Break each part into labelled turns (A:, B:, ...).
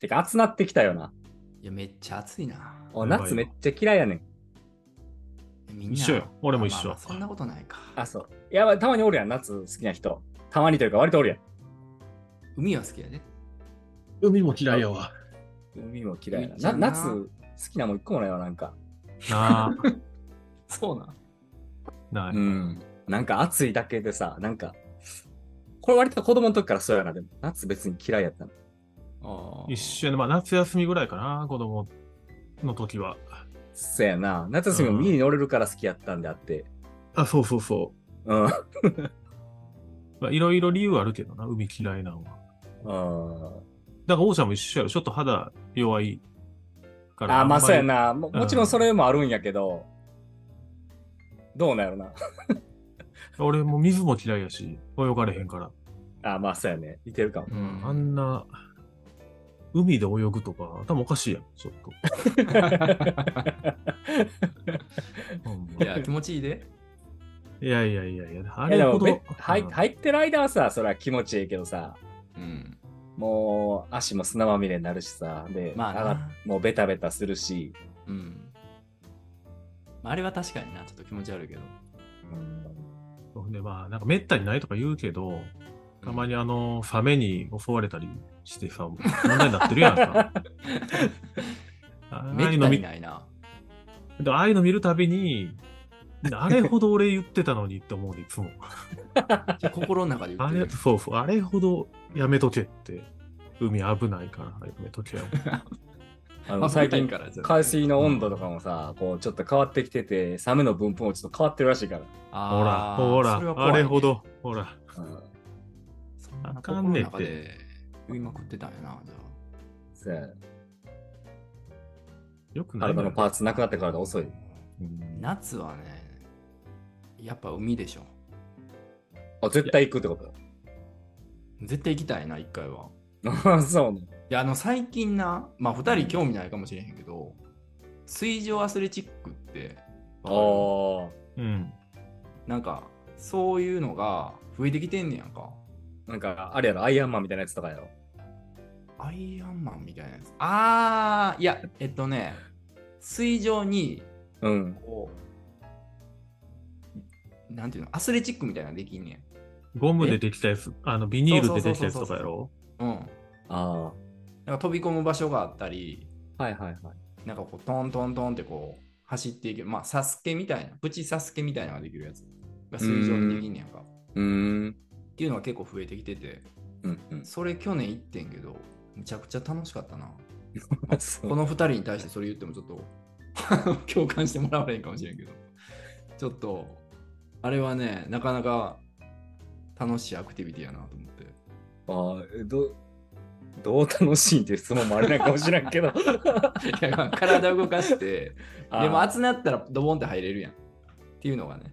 A: てか、暑なってきたよな。
B: いや、めっちゃ暑いな。
A: お
C: やばいよ
A: 夏めっちゃ嫌いやねん。
B: みんな
C: 一緒よ俺も一緒
B: あまあまあそんなことないか。
A: あ、そう。いや、たまにおるやん、夏好きな人。たまにというか、割とおるやん。
B: 海は好きやね。
D: 海も嫌いやわ。
A: 海も嫌い
B: めっちゃ
A: な。な
B: な
A: 夏好きなもん一個もないわ、なんか。
C: なあ、
B: そうな
A: う
B: ん。
C: ない。
A: ん。なんか暑いだけでさ、なんか、これ割と子供の時からそうやな、でも。夏別に嫌いやったの。
B: あー
C: 一緒で、まあ夏休みぐらいかな、子供の時は。
A: そやな。夏休みも海に乗れるから好きやったんであって。
C: あ、そうそうそ
A: うん。う
C: う。まあいろいろ理由あるけどな、海嫌いなのは。
A: ん
C: だから王ちゃんも一緒やろ、ちょっと肌弱いから。
A: あ、まあ
C: んり
A: そうや。なも。
C: うん
A: もちろんそれもあるんやけど、どうなんやろな。
C: 俺も水も嫌いやし、泳がれへんから。
A: あ、まあそうやね。似てるかも。
B: う
C: あ
B: ん。
C: んな、海で泳ぐとか、頭おかしいやん、ちょっと。
B: いや、気持ちいいで。
C: いやいやいやいや、あ
A: いや
C: れ
A: で
C: ほ
A: も
C: ど。
A: べ入
C: うん
A: 入ってる間はさ、それは気持ちいいけどさ、
B: うん。
A: もう足も砂まみれになるしさ、で、
B: まあな
A: 上がっもうベタベタするし、
B: うん。まああれは確かにな、ちょっと気持ち悪いけど。
C: ほんで、まあ、なんかめったにないとか言うけど、たまにあの、サメに襲われたりしてさ、問題になってるや んか。ああ
B: め
C: い
B: っ
C: う
B: た
C: の
B: に
C: 見
B: ないな。
C: でああいうの見るたびに、あれほど俺言ってたのにって思うで、いつも。
B: じゃあ心の中で言
C: あ
B: って
C: れ、
B: る。
C: そうそう、あれほどやめとけって。海危ないからやめとけよ。
A: あ
B: ま
A: の
B: あ
A: 最近
B: 危ないからじゃあ
A: 海水の温度とかもさ、こうちょっと変わってきてて、サメの分布もちょっと変わってるらしいから。
C: ほら、
B: あー
C: ほら
B: そ、は
C: あ
B: 怖い
C: れ
B: ね
C: ほど、ほら。
A: うん、
B: そんな
C: あかんねんて
B: 心の中で言いまくってたんやな、じゃあ。
A: そうや
C: よくない
A: 体
C: な
A: のパーツなくなってからが遅い。
C: うん
B: 夏はね、やっぱ海でしょ。
A: あ、絶対行くってこ
B: 絶対行きたいな、一回は。
A: と そうね。
B: いや、あの、最近な、まあ、二人興味ないかもしれへんけど、水上アスレチックって、わかる
A: あ
C: うん。
B: なんか、そういうのが増えてきてんねやんか。
A: あ。なんか、あれやろ、アイアンマンみたいなやつとかやろ。
B: アイアンマンみたいなやつ。あー、いや、えっとね、水上に、
A: うん。
B: こう、なんていうの、アスレチックみたいなのできんねん。
C: ゴムでできたやつ、あの、ビニールでできたやつとかやろ
B: うん。
A: あ
B: なんか飛び込む場所があったり、
A: あ。はいはいはい。
B: なんかこうトントントンってこう走っていける、まあサスケみたいな、プチサスケみたいなのができるやつが水上にできんねやんか。っ
A: うーん。
B: ていうのが結構増えてきてて、
A: うん うん。
B: それ去年行ってんけど、むちゃくちゃ楽しかったな。
A: そう
B: この2人に対してそれ言ってもちょっと 共感してもらわれへんかもしれんけど、ちょっと、あれはね、なかなか楽しいアクティビティやなと思 って。
A: ああ、えど、どう楽しいっていう質問もあれなんかもしれんけ ど。
B: いやまあ体動かして、
A: あー
B: でも熱なったらドボンって入れるやん。っていうのがね。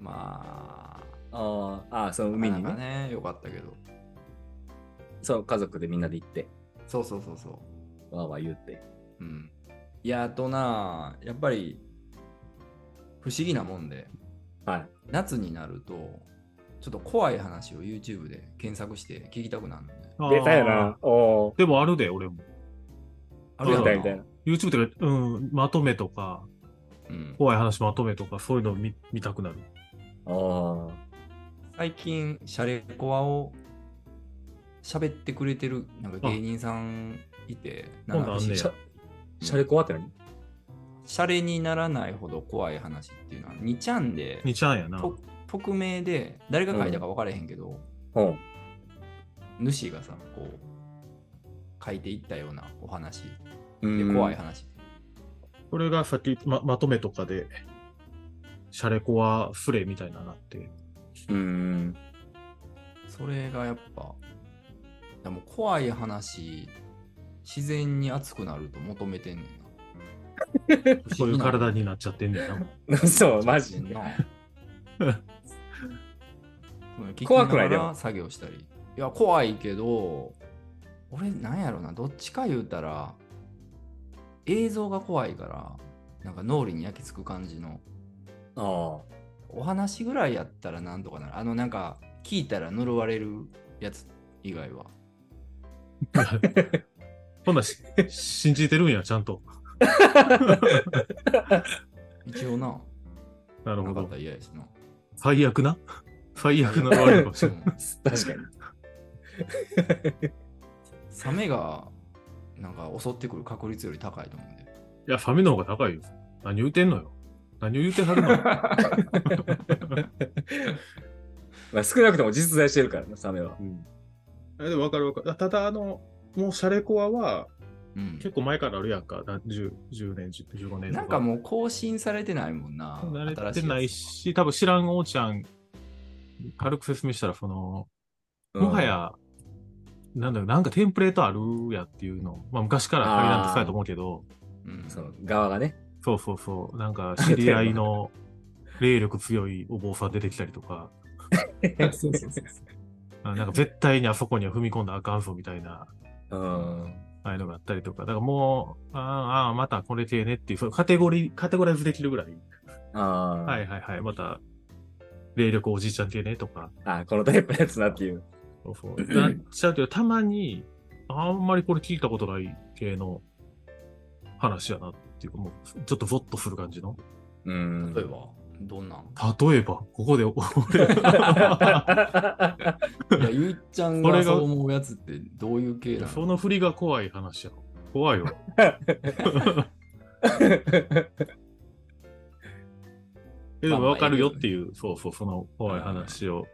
B: ま
A: ああ、ああその
B: あ、
A: 海に
B: なか
A: ね
B: なかね、よかったけど。
A: そう、家族でみんなで行って、
B: そうそうそうそ
A: わーわー言って。
B: う。うん。いや、あとな、やっぱり、不思議なもんで、
A: はい。
B: 夏になると、ちょっと怖い話を YouTube で検索して聞きたくなるのね。
C: う
A: 出たよ。
C: あー
A: な。おお。
C: でもあるで、俺も。
B: あ
A: 出
C: 出
B: よ
A: た
C: た
A: みたいな。
C: YouTube とか、うん、まとめとか、
B: うん、
C: 怖い話まとめとか、そういうの見見たくなる。
A: あ
B: 最近、シャレコアを喋ってくれてるなんか芸人さんいて、な
C: 今
B: ん
C: 度
B: か
C: あんね
A: し
C: や
A: ゃ。あ。シャレコアって何
B: シャレにならないほど怖い話っていうのは2ちゃんで
C: にちゃんやな。
B: と匿名で誰が書いたか分からへんけど、
A: うん。
B: 主がさこう書いていったようなお話
A: う
B: で
A: ーん
B: 怖い。話、
C: これがさっきままとめとかで、シャレコアスレみたいなのになって。
A: うーん。
B: それがやっぱでも怖い話自然に熱くなると求めてんねんな
C: そういう体
B: に
C: になっちゃってんねんな。
A: そう、マジで。怖
B: 怖く
A: く
B: な
A: ないい
B: で
A: で
B: も
A: も
B: 作業したりいや怖いけど俺なんやろなどっちか言うたら映像が怖いからなんか脳裏に焼き付く感じの
A: あ
B: お話ぐらいやったらなんとかなるあのなんか聞いたら呪われるやつ以外は
C: ほんならし信じてるんや、ちゃんと。
B: 一応な、
C: なる
B: な
C: ほ
B: かっ
C: ど
B: た。ら嫌やしな。
C: 最悪な最悪な終わりか もしれない。
A: 確かに。
B: サメがなんか襲ってくる確率より高いと思うんで。
C: いや、ファミの方が高いよ。何言うてんのよ。何を言うてはるの
A: まあ、少なくとも実在してるからな、サメは。
D: あでも分かる分かる。ただ、あの、もうシャレコアは
B: うん、
C: 結構前からあるやんか。な 10, 10年、15年とか。
B: なんかもう更新されてないもんな。
C: 慣れてない
B: 新し
C: し、多分知らんおーちゃん、軽く説明したら、その、
A: うん
C: もは、や、なんだろう、なんかテンプレートあるやっていうの、まあ昔から借りなんてそうやと思うけど、
B: いやつ。うん、
A: その側がね。
C: そうそうそう、なんか知り合 いの霊力強いお坊さん出てきたりとか、
B: そうそうそう
C: あなんか絶対にあそこには踏み込んだらあかんぞみたいな、
A: うん。
C: ああいうのがあったりとか、だからもう、ああ、ああ、またこれ系ねっていう、そうカテゴリー、カテゴライズできるぐらい、
A: ああ、
C: はいはいはい、また、霊力おじいちゃん系ねとか、
A: あこのタイプのやつなっていう。
C: そうそう。なっちゃうけど、たまに、あんまりこれ聞いたことない系の話やなっていうか、もう、ちょっとゾッとする感じの。
A: うん。
B: 例えば、どん なん
C: 例えば、ここで、
B: い
C: 俺
B: や、ゆいちゃん
C: こ
B: が
C: れが
B: そう思うやつってどういう系な
C: そ
B: の
C: の振りが怖い話やろ。怖いわ。えでもわかるよっていう、そうそう、その怖い話を。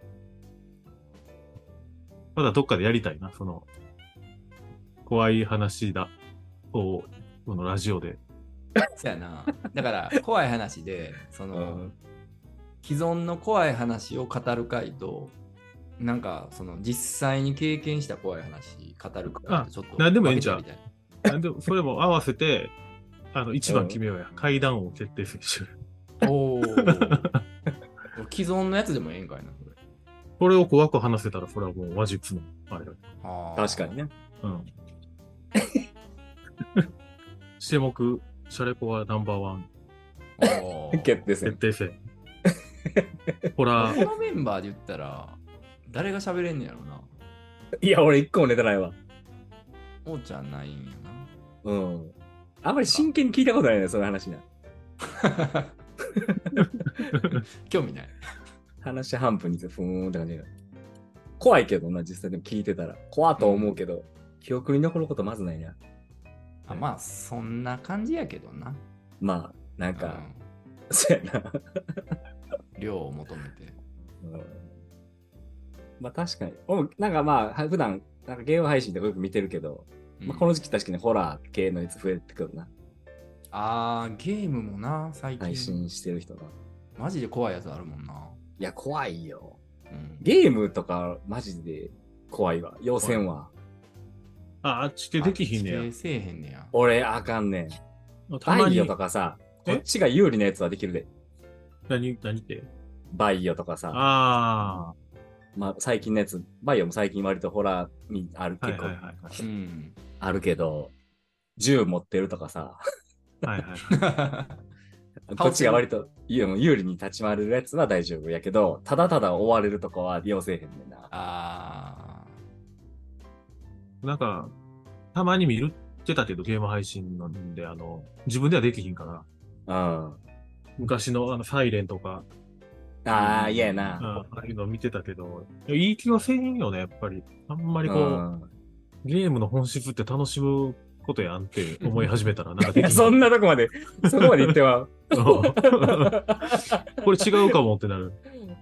C: まだどっかでやりたいな、その、怖い話だ。を、このラジオで。
B: そうやな。だから、怖い話で、そうの、
A: ん
B: 既存の怖い話を語る回と、なんか、その、実際に経験した怖い話語る回とちょっと。
C: 何でもええんちゃう
B: 分けてみたい
C: なんでもそれも合わせて、あの、一番決めようや。階段を決定する。
B: おお。 既存のやつでもええんかいな、それ。
C: これを怖く話せたら、それはもう話術の、あれだ。
B: あー
A: 確かに。ね。
C: うん。種目、シャレコはナンバーワン、
B: おー
A: 決定
C: 決
A: 戦。
C: 定戦。ホラ
B: こ
C: ー、
B: のメンバーで言ったら、誰が喋れんねやろな。
A: いや、俺一個もネタないわ。
B: おうちゃんないんや
A: うん。あんまり真剣に聞いたことないね、その話な。
B: な。興味ない。
A: 話半分にしてふーんって感じだ怖いけどな、実際でも聞いてたら。怖とは思うけど、記憶に残ることまずないな。
B: あまあ、そんな感じやけどな。
A: まあ、なん
B: う
A: か、
B: ん
A: そうやな。
B: 量を求めて。
A: うんまあ確かに。俺もなんかまあ、普段、なんかゲーム配信とかよく見てるけど、まあ、この時期確かにホラー系のやつ増えてくるな。
B: あーゲームもな、最
A: 配
B: 近。
A: 信してる人が。
B: マジで怖いやつあるもんな。
A: いや、怖いよ。
B: うん
A: ゲームとか、マジで怖いわ。要線は。
C: あ、あっちでできひんね
B: あ
C: や
B: 指定せえへんねや。
A: 俺、あかんねん。。
C: た
A: バ
C: ま
A: イ
C: に
A: オ、とかさ、こ
C: え
A: っちが有利なやつはできるで。
C: 何、何って。
A: バイオとかさ、
C: あ
A: まあ最近のやつ、バイオも最近割とホラーにある、
C: あ、はい
A: 結
C: はい
A: 構
C: は
B: うん。
A: あるけど、銃持ってるとかさ、
C: い。はいはい
A: こっちが割と有有利に立ち回れるやつは大丈夫やけど、ただただ追われるとかは利用せえへんねんな。
B: あ
C: なんか、たまに見るってたけど、ゲーム配信なんで、あの、自分ではできひんから。
A: うん。
C: 昔のあの、サイレンとか、
A: ああ、
B: うん
A: 嫌や
C: うん
A: な。
C: ああいうの見てたけど、いい気はせんよね、やっぱり。あんまりこう、ゲームの本質って楽しむことやん って思い始めたら、なんか
A: い
C: でき
A: やそん
C: な。
A: なとこまで、そこまで言っては。
C: これ違うかもってなる。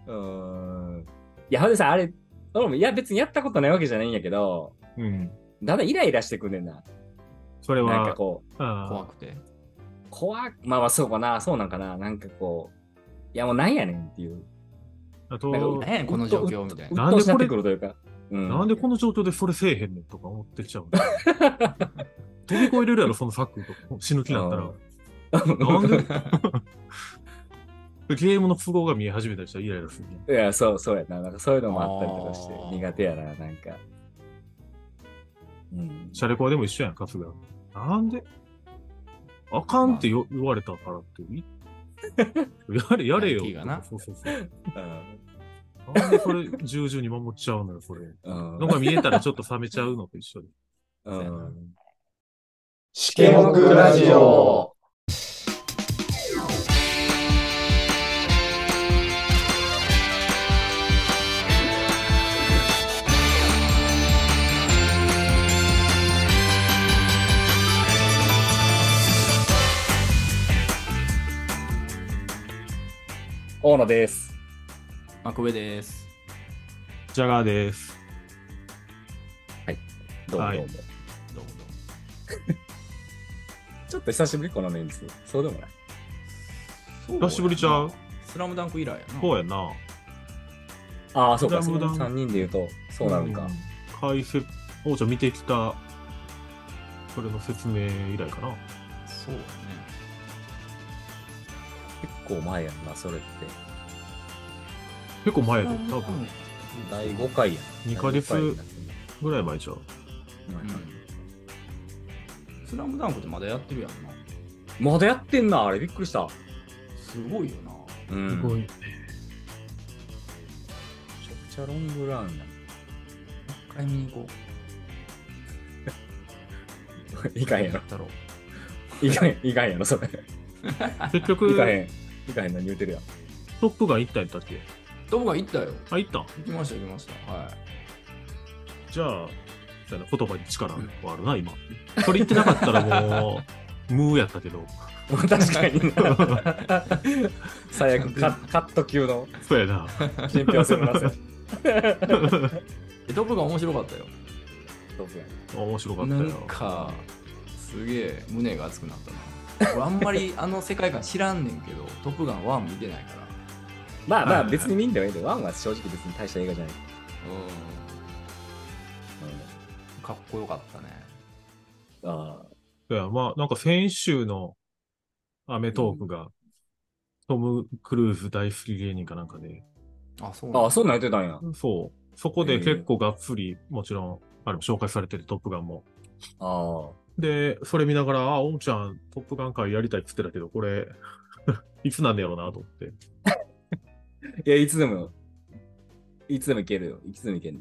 A: うん。いや、ほんでさ、あれ、俺も、いや、別にやったことないわけじゃないんやけど、
C: うん。
A: だんだんイライラしてくんねんな。
C: それは、
A: なんかこう、
B: あ、
C: あ
B: 怖くて。
A: 怖く、まあまあそうかな、そうなんかな、なんかこう、いやもうなんやねんっていう。
C: あ
A: な
C: あ
A: んか
C: と
B: 何、やねん、この状況みたいな。
A: うっとうしなってくるというか。うん
C: なんでこの状況でそれせえへんねんとか思ってきち ゃうの飛び越えれるやろ、そのサックと死ぬ気だったら。 なんでゲームの都合が見え始めたりしたらイライラするね。
A: いや、そう、そうやな。なんかそういうのもあったりとかして
B: あ、ー
A: 苦手やな、なんか。うん。
C: シャレコアでも一緒やん、春日。なんであかんってよ言われたからって。い やれ、やれよ
B: ヤンキーがな。
C: そうそうそう。
A: うん
C: なんでそれ、従々に守っちゃうのよ、それ。
A: うん
C: のが見えたらちょっと冷めちゃうのと一緒で。
A: うん
E: シ
B: ケモクラジオ。
A: 大野です。
B: マコベです。
C: ジャガーです。
A: どうもどうも。
C: はい
B: どうもどうも。
A: ちょっと久しぶりこのメンツ。そうでもない。
B: そうやな
C: 久しぶりちゃう
B: スラムダンク以来やな。
C: こうやな。
A: ああ、そうか。
C: ス
A: そ
C: ラムダン
A: の3人で言うと、そうなるか。
C: ん。解説、王ちゃん見てきた、それの説明以来かな。
B: そうやね。
A: 結構前やんな、それって。
C: 結構前で、多分。
A: 第5回やん。
C: 二ヶ月
A: 第五回
C: ぐらい前ちゃう。
A: やん
B: うん。スラムダンクってまだやってるやんな。
A: まだやってんな、あれ。びっくりした。
B: すごいよな。
A: うん。
C: す
A: め
C: ごい。
A: ちゃくちゃロングランやん。
B: 一回見に行こ
A: いかんやろ。
B: う。だろう。
A: いかん、いかんやろ、それ。い
C: 結局、
A: かへん。いかへん何言うてるやん。
C: トップガン行ったんやったっけ
B: どこが行ったよ。
C: あ、行ったん
B: 行きました行きました。はい。
C: じゃあ、みたいな言葉に力はあるな、今。それ言ってなかったらもう、ムーやった けど。
A: 確かにな 最悪カカット級の
C: そう やな。
A: 信憑性のなさ
B: え、どこが面白かったよ。
A: どうせや
C: 面白かった
B: な
C: よ。
B: んか、すげえ胸が熱くなったな。俺あんまりあの世界観知らんねんけど、 トップガン1見てないから。
A: まあま
C: は
A: あ
C: いはい
A: 別に見んでもいいけどワンは正直別に大した映画じゃない、
B: う。
A: うん
B: かっこよかったね。
A: ん、ああ
C: いや、まあ、なんか先週のアメトークが、トム・クルーズ大好き芸人かなんかで、
B: あ、そう
A: あ
B: なん
A: あそうなんやってたんや
C: そう、そこで
A: ええ
C: 結構がっつり、もちろん、あれも紹介されてるトップガンも。
A: ああ
C: で、それ見ながら、あ、おんちゃん、トップガン会やりたいって言ってたけど、これ、 いつなんだろうなと思って。
A: いやいつでもいつでもいけるよいつでもいける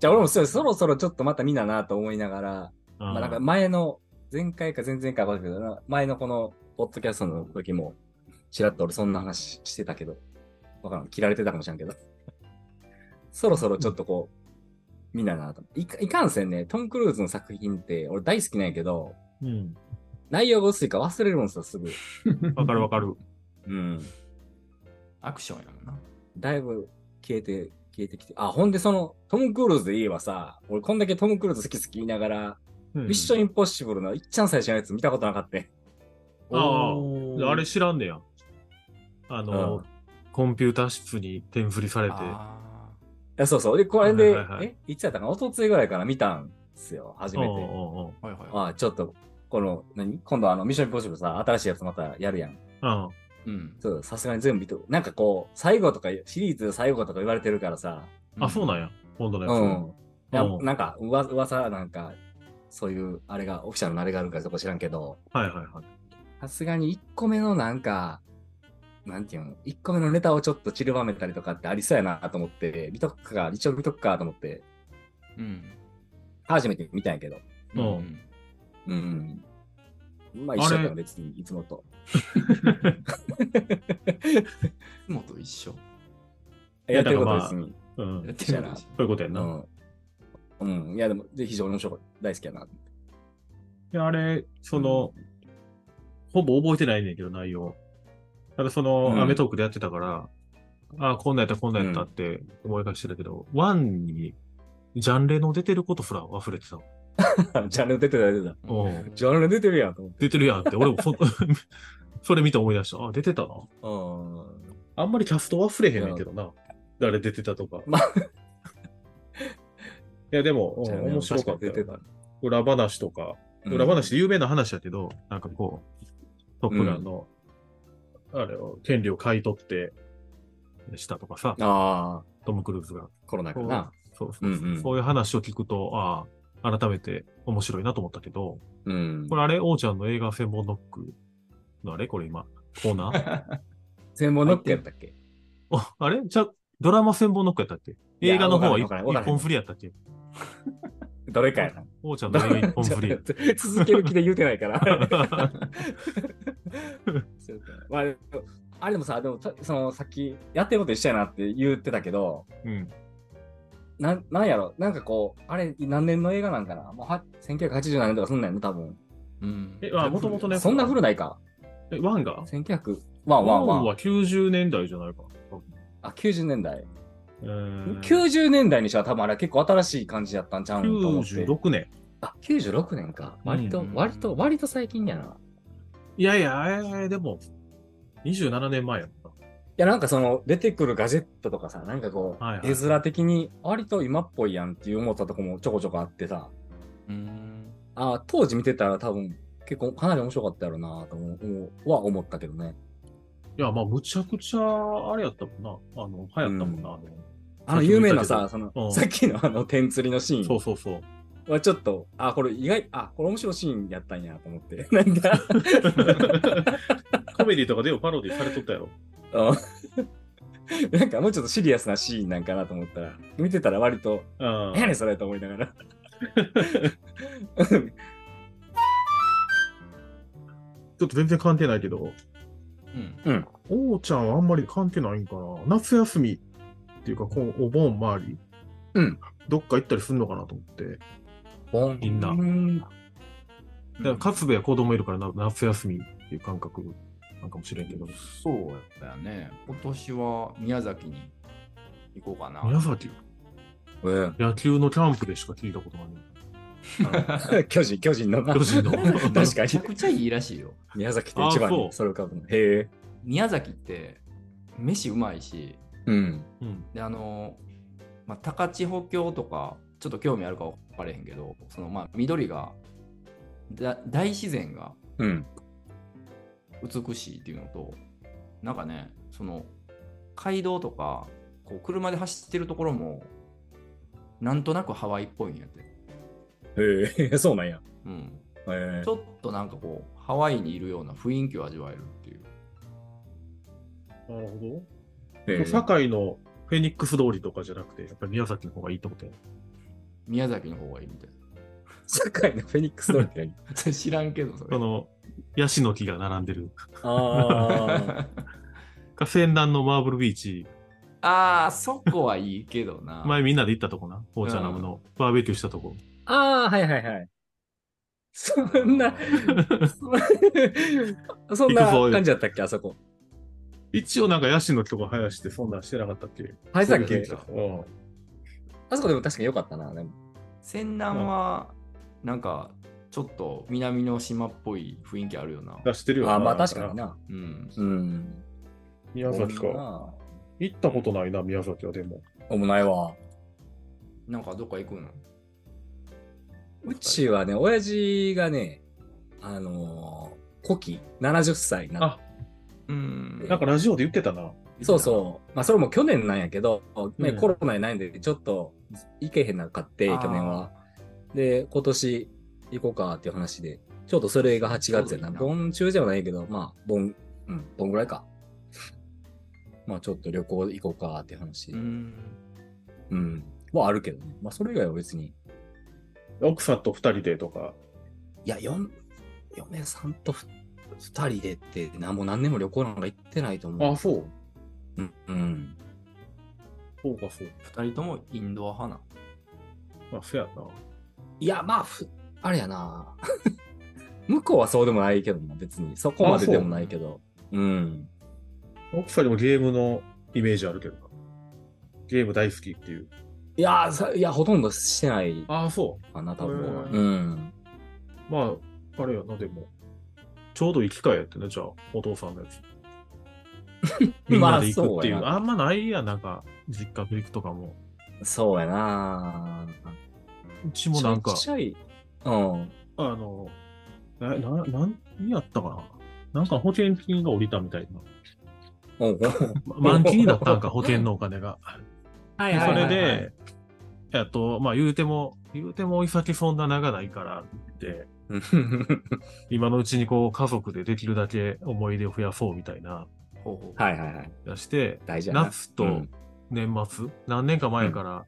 A: じゃあ俺もそうそろそろちょっとまた見ななと思いながら
C: あ
A: まあなんか前の前回か前々回か分かんないけどな前のこのポッドキャストの時もちらっと俺そんな話してたけどわからん切られてたかもしれんけど そろそろちょっとこう見ななといかいかんせんねトム・クルーズの作品って俺大好きなんやけど
C: うん。
A: 内容が薄いから忘れるんですよ、すぐ。
C: わかるわかる。
A: うん。
B: アクションやもんな。
A: だいぶ消えて、消えてきて。あ、ほんでその、トム・クルーズで言えばさ、俺こんだけトム・クルーズ好き好き言いながら、
C: うん
A: ミッション・インポッシブルのいっちゃん最初のやつ見たことなかった。
C: ああ
B: おー
C: あれ知らんねや。あの、
A: うん
C: コンピューター室に点振りされて。
B: あ
A: いやそうそう。で、これで、
C: はいはいはい
A: え、いつやったかな一昨日ぐらいから見たんすよ、初め
C: うんう
A: て。
C: んうん
B: ーはいは
A: あちょっと、この、何今度あの、ミッションインポッシブルさ、新しいやつまたやるやん。
C: うん
B: い。うん。
A: ちょっとさすがに全部見と、なんかこう、最後とか、シリーズ最後とか言われてるからさ、
C: あ、そうなん
B: や。
C: や。今度のやつ。
A: うん。いや
C: うん
A: なんか、うわ噂、なんか、そういう、あれが、オフィシャルのあれがあるからそこ知らんけど、
C: はいはいはい。
A: さすがに1個目のなんか、なんていうの、1個目のネタをちょっと散りばめたりとかってありそうやなと思って、見とくか、一応見とくかと思って、
B: うん。
A: 初めて見たんやけど、
C: うん
B: ん。
A: うん。まあ
C: あれ
A: 一緒だよ、別に、いつもと。
B: いつもと一緒。
A: やってるこ
C: だから
A: と
C: まあ
A: 別に。
C: うん。
B: や
C: そ
B: ってるから。
C: ういうことやん
A: う
C: な。い
A: ん。うん。いや、でも、で非常に面白い。大好きやな。
C: やあれ、その、ほぼ覚えてないねんけど、内容。ただその、
A: うん
C: アメトークでやってたから、あこんなんやった、こんなんやったって思い返してたけど、ワンに、ジャンレの出てることすら忘れてた。
A: ジャンル出てた、出てた。
C: う
B: うん
C: ん。
A: ジャンル出てるやんと思って。
C: 出てるやんって、俺もそ、 それ見て思い出した。あ、出てたな。
A: うん。
C: あんまりキャスト忘れへんねんけどな。誰出てたとか。
A: まあ
C: いや、でも、うん
A: ジャンル
C: 面白かったよ
A: 出てた。
C: 裏話とか、裏話で有名な話やけど、なんかこう、トップガンの、あれを、権利を買い取って、したとかさ、
A: ああ、
C: トム・クルーズが。
A: コロナか
C: こう
A: な。
C: そうそうそう
A: うんうん
C: そういう話を聞くと、ああ、改めて面白いなと思ったけど、
A: うん
C: こ。れあれ、王ちゃんの映画専門ノックのあれこれ今、コーナー
A: 専門ノックやったっけ
C: ああれじゃあ、ドラマ専門ノックやったっけ映画の方はい
A: やわからんわからん
C: 一本振りやったっけ
A: どれかやな。
C: おうちゃんの映画一本振りや。
A: 続ける気で言うてないから。 そうかまあ、あれでもさ、でもたそのさっきやってること一緒やなって言ってたけど、
C: うん。
A: なんなんやろ、なんかこう、あれ何年の映画なんかなもうは1987年とかそんなんやね、多分。
B: うん
C: えまあ元々ね
A: そんな古ないか。
C: え、ワンが
A: 1900、ワンワンワン。
C: は90年代じゃないかな。
A: あ、90年代。
C: えー
A: 90年代にしては多分あれ結構新しい感じやったんちゃうんと思って。
C: 96年。
A: あ、96年か。割と、
B: うんうん
A: 割と、割と最近やな。い
C: いやいや、えーでも、27年前やった。
A: や、なんかその、出てくるガジェットとかさ、なんかこ
C: はいは
A: う、
C: い
A: 絵面的に、割と今っぽいやんっていう思ったとこもちょこちょこあってさ、
B: うん
A: あ当時見てたら多分、結構かなり面白かったやろうなと思う、は思ったけどね。
C: いや、まあ、むちゃくちゃ、あれやったもんな。あの、流行ったもんな。あの
A: あの、有名な
C: さ
A: さ、その、
C: うん
A: さっきのあの、天釣りのシ
C: そ
A: ー
C: うそうそう。
A: ンはちょっと、あ、これ意外、あ、これ面白いシーンやったんやと思って。 なんか、
D: コメディとかでもパロディされとったやろ。
A: うんなんかもうちょっとシリアスなシーンなんかなと思ったら、見てたら割と、
D: あ
A: 何やねんそれと思いながら。
D: ちょっと全然関係ないけど、
B: うん
D: おうちゃんはあんまり関係ないんかな。夏休みっていうか、こうお盆周り、
A: うん、
D: どっか行ったりすんのかなと思って。
C: みんな
A: な。
C: だから、勝部は子供いるからな、夏休みっていう感覚なんかもしれんけど。
B: そうやったよね。今年は宮崎に行こうかな。
C: 宮崎、
A: え
C: 野球のキャンプでしか聞いたことがない。
A: え巨人、巨人のな
C: 巨人の
A: 確か
B: めちゃ
A: に。
B: くちゃいいらしいよ。
A: 宮崎って一番
C: あそ
A: に
C: う
A: それ浮かぶの。へえ。
B: 宮崎って飯うまいし、
A: うん。
C: うん。
B: であの、まあ、高千穂峡とか、ちょっと興味あるか分かれへんけど、そのまあ緑がだ、大自然が
A: うん。
B: 美しいっていうのと、なんかね、その街道とか、こう車で走ってるところも、なんとなくハワイっぽいんやって。
A: へえ、 そうなんや。
B: うん、
A: へえ
B: ちょっとなんかこう、ハワイにいるような雰囲気を味わえるっていう。
C: なるほ
A: へえ
C: 堺のフェニックス通りとかじゃなくて、やっぱり宮崎の方がいいってことや。
B: 宮崎の方がいいみたい
A: 堺のフェニックス通りって何
B: な。 それ知らんけど、それ。
C: その、ヤシの木が並んでる。
A: あ
C: か、船団のマーブルビーチ、
B: ああ、そこはいいけど な。
C: 前みんなで行ったとこな。おーちゃんラムのバーベキューしたとこ。
A: あ。ああ、はいはいはい。そんな、そんな感じだったっけ、あそこ。
C: 一応なんかヤシの木とか生やしてそんなんしてなかったっけ
A: はい、さっ
B: そうで
A: き
B: す。ね
C: うん。
A: あそこでも確かに良かったな。でも
B: 仙南は、なんか、ちょっと南の島っぽい雰囲気あるよな。
D: 出してるよな
A: あまあ確かに。な。
B: うん。
A: うん。
D: 宮崎
A: ほんま
D: か。行ったことないな、宮崎はでも。
A: な。おもないわ。
B: なんかどっか行くの
A: うちはね、親父がね、あのー、古希70歳になっ
D: あ
B: うん。
D: なんかラジオで言ってたな。
A: そうそう。まあ、それも去年なんやけど、ね
D: うん
A: コロナにないんで、ちょっと行けへんなかって、
B: あー
A: 去年は。で、今年行こうかっていう話で、ちょうどそれが8月やな。
B: ちょうどいい
A: 盆中じゃないけど、まあ、盆、うん、盆ぐらいか。 まあ、ちょっと旅行行こうかっていう話、
B: う
A: うん、
B: ん。
A: はあるけどね。まあ、それ以外は別に。
D: 奥さんと二人でとか。
A: いや、よん嫁さんとふ二人でって、なんも何年も旅行なんか行ってないと思う。
D: あ、そう。
A: うん。うん
D: そうか、そうか。
B: 二人ともインドア派
D: まあ、そうやな。
A: いや、まあ、ふあれやな。 向こうはそうでもないけどな、別に。そこまででもないけど。うん。
D: 奥さんにもゲームのイメージあるけどな。ゲーム大好きっていう。
A: いやーさ、いや、ほとんどしてない
D: ああ、そ
A: かな、多
D: へ
A: 分。
D: ー
A: うん。
D: う。まあ、あれやな、でも。ちょうどいい機会やってね、じゃあ、お父さんの やつ。みんなで行くっていう。
A: まあそうやな
D: あ、
C: あんまないやん、なんか、実家で行くとかも。
A: そうやな。
C: うちもなんか
A: ちっ、ちゃい。うん。
D: あの、な、な、なん、何やったかな。なんか保険金が降りたみた いな。
A: おうおう
C: ま満期になったんか、保険のお金が。
A: は
C: でそ
A: は
C: れ
A: いはい
C: で、えっと、まあ、言うても、言うても、おい先そんな長ないからって、
A: うん
C: 今のうちにこう、家族でできるだけ思い出を増やそうみたいな、
B: な。ほうほう。
A: はいはいはい。
C: 出して、
A: 大事やな。
C: 夏と年末、何年か前から、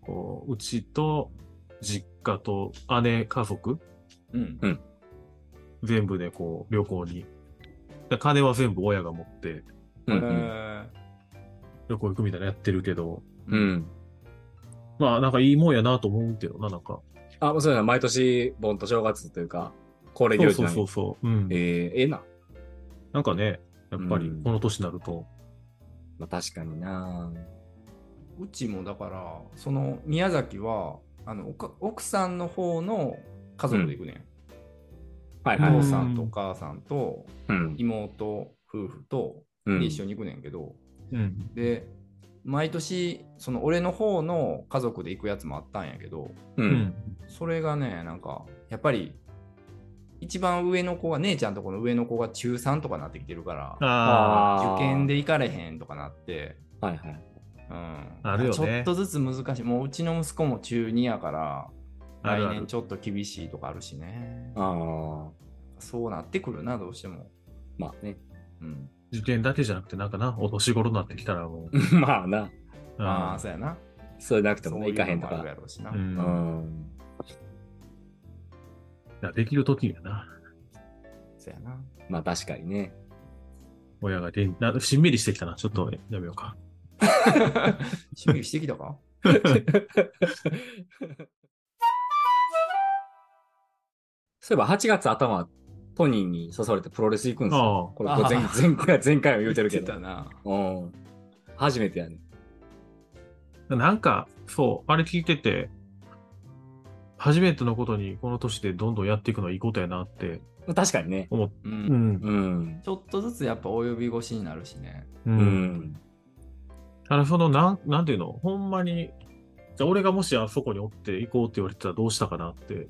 C: こう、うちと、実家と姉、家族、
B: うん。
C: 全部でこう、旅行に。だ金は全部親が持って、
A: う
B: え
A: ん。
C: 旅行行くみたいなのやってるけど、
A: うん。
C: まあなんかいいもんやなと思うけどな、なんか。
A: あ、そうやな。毎年、盆と正月というか、恒例
C: そ
A: 行事
C: うそう
A: なん
C: そ
A: や
C: うそう。うん
A: え。ー、ええな。
C: なんかね、やっぱり
A: うん
C: この年になると、
A: まあ、確かにな。
B: うちもだから、その宮崎は、あのおか奥さんの方の家族で行くね、
A: はい
B: ん。
A: はい
B: お父。さんとお母さんと
A: うん。
B: 妹、夫婦と
A: うん
B: で一緒に行くねんけど、
C: うん。
B: で、毎年、その俺の方の家族で行くやつもあったんやけど、
A: う。
C: うんん。
B: それがね、なんか、やっぱり、一番上の子が、姉ちゃんとこの上の子が中3とかなってきてるから、
C: あ
A: あー
B: 受験で行かれへんとかなって、
A: はいはい。
B: うん、
C: あるよね
B: ちょっとずつ難しい。もううちの息子も中2やから、
C: あるある
B: 来年ちょっと厳しいとかあるしね。
A: ああ。
B: そうなってくるな、どうしても。
A: まあね。
B: うん。
C: あ、受験だけじゃなくて、なんかな、お年頃になってきたらも う、
A: まあな。
B: ああ、
C: あ
B: そうやな。
A: それなくて
B: そ
A: も
B: う
A: ね、
B: い
A: いうかへ
B: の
A: んと
B: もあ
A: か
B: るや。ろうしな。
C: う。
A: うん
C: い
A: ん。
C: やできる時にはな、
B: そうやな。
A: まあ確かにね。
C: 親が元気な、しんみりしてきたな、ちょっとやめようか。
B: 準備してきたか
A: そういえば8月頭、トニーに誘われてプロレス行くんですよ。
C: あ
A: これこれ
B: あ
A: 前前回、前回も 言うてるけ
B: 言
A: ど
B: ってた。な。
A: うん。初めてやね。
C: あ、なんか、そう、あれ聞いてて、初めてのことにこの年でどんどんやっていくのはいいことやなって
A: 確かにね。
C: 思っ
B: う。
C: うんん。
A: うん。
B: ちょっとずつやっぱ及び腰になるしね。
C: う。
A: うんん。
C: あの、その、なん、なんていうの、ほんまに、じゃあ俺がもしあそこにおって行こうって言われてたらどうしたかなって、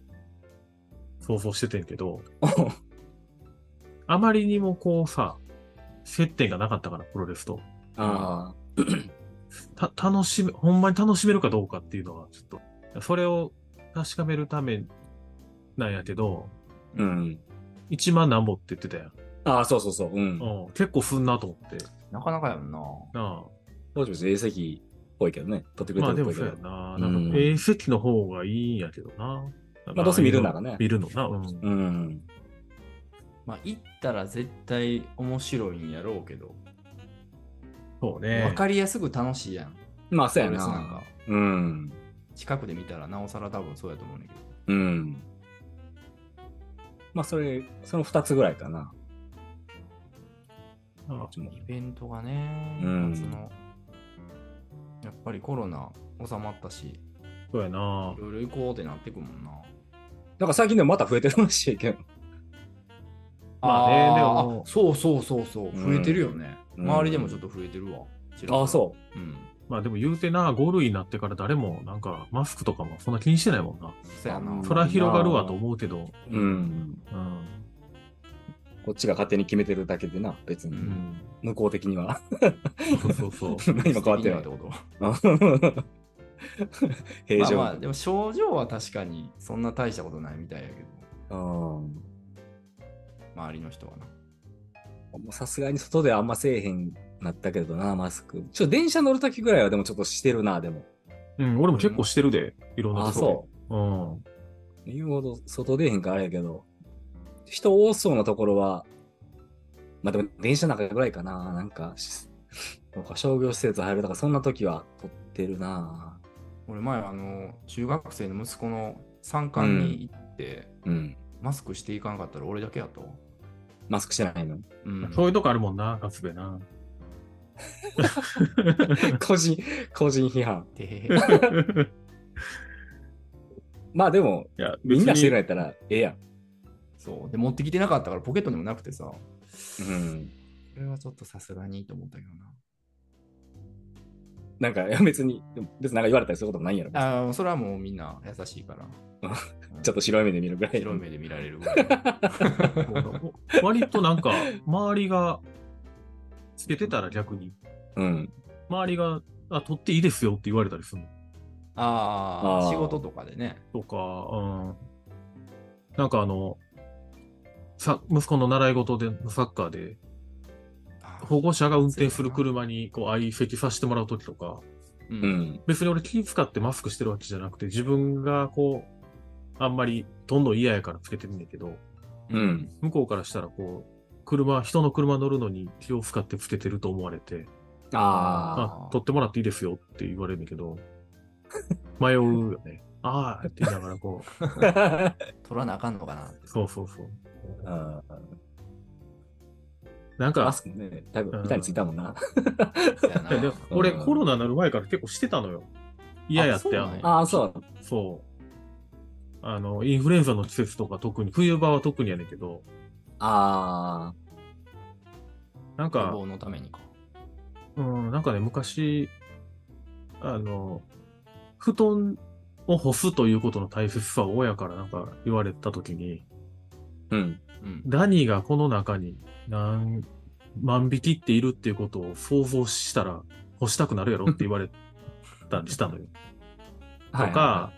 C: 想像しててんけど、あまりにもこうさ、接点がなかったから、プロレスと。
A: ああ。
C: た、楽しめ、ほんまに楽しめるかどうかっていうのは、ちょっと、それを確かめるためなんやけど、
A: うん。
C: 1万なんぼって言ってたやん。
A: ああ、そうそうそう。うん。
C: うん、結構すんなと思って。
B: なかなかやもんな。
C: な
A: もしもし、A 席っぽいけどね。取ってく
C: あ
A: れ
C: ま
A: て
C: あ
A: る
C: で
A: っぽ
C: も
A: いけ
C: そう
A: ど
C: や。な。
A: うん
C: なんか、ええ席の方がいいんやけどな。
A: まあどうせ見るならね
C: 見るのな。うん。
A: うん。
B: まあ、行ったら絶対面白いんやろうけど、
C: そう
B: わ
C: ね。
B: かりやすく楽しいやん。
A: まあ、そうや
B: プロレスなん
A: な
B: か。
A: うん。
B: 近くで見たらなおさら多分そうやと思うんだけど。
A: うん。まあ、それ、その2つぐらいかな。
C: あ
A: うちも
B: イベントがね、
A: うん
B: 夏の。やっぱりコロナ収まったし、。
C: そうやない
B: ろいろ行こうってなってくもんな。
A: なんか最近でもまた増えてるらしいけど。
C: まあね
B: ー
C: でも
B: あそうそうそうそう、
A: うん
B: 増えてるよね。
A: うん
B: 周りでもちょっと増えてるわ。。
A: ああ、そう
B: うん。
C: まあでも言うてな、5類になってから誰もなんかマスクとかもそんな気にしてないもんな。
B: そうやな。
A: あ
C: そら広がるわと思うけど、
A: う。うん。
C: うん。
A: こっちが勝手に決めてるだけでな、別
B: う
C: う
A: に。
C: ん。
A: 向こう的に は。
C: そうそうそう。
A: 何も変わってない
B: って。ことは。
A: 平常。
B: まあまあ、でも症状は確かにそんな大したことないみたいやけど、
A: うん。
B: 周りの人はな。
A: もうさすがに外ではあんませえへんなったけどな、マスク。ちょ、電車乗るときぐらいはでもちょっとしてるな、でも。
C: うん、俺も結構してるで、いろん
A: あ、
C: なとこ
A: そう。
C: ろ。うん。
A: 言うほど外出えへんからあれやけど。人多そうなところは、まあでも電車の中ぐらいかな、なんかし、 なんか商業施設入るとか、そんな時は撮ってるな。
B: 俺前、あの、中学生の息子の参観に行って、
A: うん。
B: マスクしていかなかったら俺だけやと。
A: マスクしてないの。
B: うん。
C: そういうとこあるもんな、勝部 な。
A: 個人、個人批判。
B: てへへ
A: まあでも、
C: いや、
A: みんなしてるん
C: い。
A: やったらええやん。
B: そう。で、持ってきてなかったからポケットにもなくてさ。こ
A: うん。
B: れはちょっとさすがにと思ったけどな。
A: なんか、いや別に、別になんか言われたりすることもないんやろ。
B: あーそれはもうみんな優し いから。
A: ちょっと白い目で見るぐらい。
B: 白い目で見ら れるぐらい。
C: 割となんか、周りが、つけてたら逆に、
A: うん。
C: 周りが、あ、取っていいですよって言われたりするの。
B: あ
A: あ
B: あ、
A: ー
B: 仕事とかでね。
C: とか、うん。なんかあの、さ、息子の習い事で、サッカーで、
B: あー
C: 保護者が運転する車にこう相席させてもらうときとか、
A: う。
B: う
A: ん。
C: 別に俺気使ってマスクしてるわけじゃなくて、自分がこう、あんまりどんどん嫌やからつけてんねんけど、
A: うん。
C: 向こうからしたらこう、車、人の車乗るのに気を使ってつけてると思われて、
A: ああ。
C: あ
B: あー
C: 取ってもらっていいですよって言われるんだけど、迷うよね。ああって言いながらこう、
B: 取らなあかんのかなって。
C: そうそうそう。
A: うん
C: なん
A: マ
C: か、
A: スクね、だいぶ板についたもんな。
B: そうやない
C: やでも俺
A: うん
C: コロナなる前から結構してたのよ。嫌やっ
B: あそう
C: て、
B: な
C: あ
B: んや
C: の、
A: ああ、そう。
C: そう。あの、インフルエンザの季節とか特に、冬場は特にやねんけど、
A: あ
C: なん
B: 予
C: か、
B: 防のためにか。
C: うん、なんかね、昔、あの、布団を干すということの大切さを親からなんか言われたときに、
A: あ。うん。
B: うん。
C: ダニーがこの中に何万匹っているっていうことを想像したら干したくなるやろって言われたりしたのよ。と
A: はい。
C: か、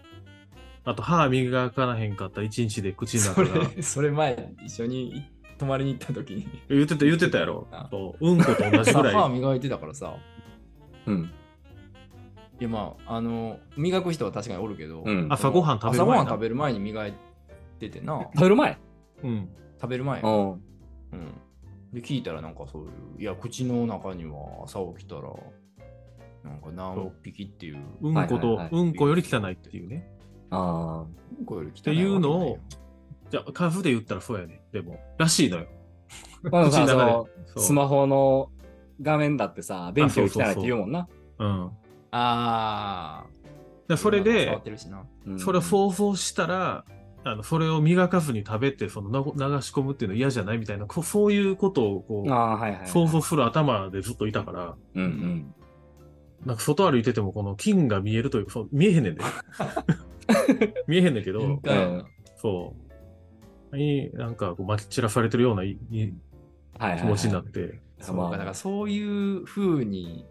C: あと歯磨かなへんかった一日で口の
B: そ
C: 中が。
B: れ、それ前、一緒に泊まりに行った時に。
C: 言ってた、言ってたやろ。そううんこと同じ
B: さ
C: ぐらい。
B: 歯磨いてたからさ。
A: うん。
B: いや、まあ、あの、磨く人は確かにおるけど、
A: うん。
C: 朝ごはん食べ
B: 朝
C: る前な
B: ごはん食べる前に磨いててな。
A: 食べる前
C: うん。
B: 食べる前。
A: うん。
B: うん。で、聞いたらなんかそういう、いや、口の中には朝起きたら、なんか何匹っていう、
C: うんこと、
A: はいはいはい
C: うんこより汚いっていうね。
A: あ
B: うんこより汚い。って
C: いうのを、じゃあ、数で言ったらそうやね。でも、らしいのよ。
A: あ。まあ、
C: 口
A: さ、
C: の
A: そ
C: 中で
A: の、
C: そう
A: スマホの画面だってさ、電気を汚いって言うもんな。
C: うん。
B: あ
C: で
B: あ。
C: それ
B: 触っ
C: で、
B: てるしな。
A: うん
C: それを想像したら、あのそれを磨かずに食べてそのなご流し込むっていうの嫌じゃないみたいなこそういうことをこ
A: あ
C: う
A: あ、はいはい。
C: 想像する頭でずっといたから
A: うんうん。
C: なんか外歩いててもこの菌が見えるというかそう見えへ んねんで見えへんねん
B: 敏
C: けど
B: 感やな
A: うん
C: そうになんかこうまき散らされてるようないい
A: はいはいはい。
C: 気持ちになって
B: そう
A: まあ
B: か、だからそういう風に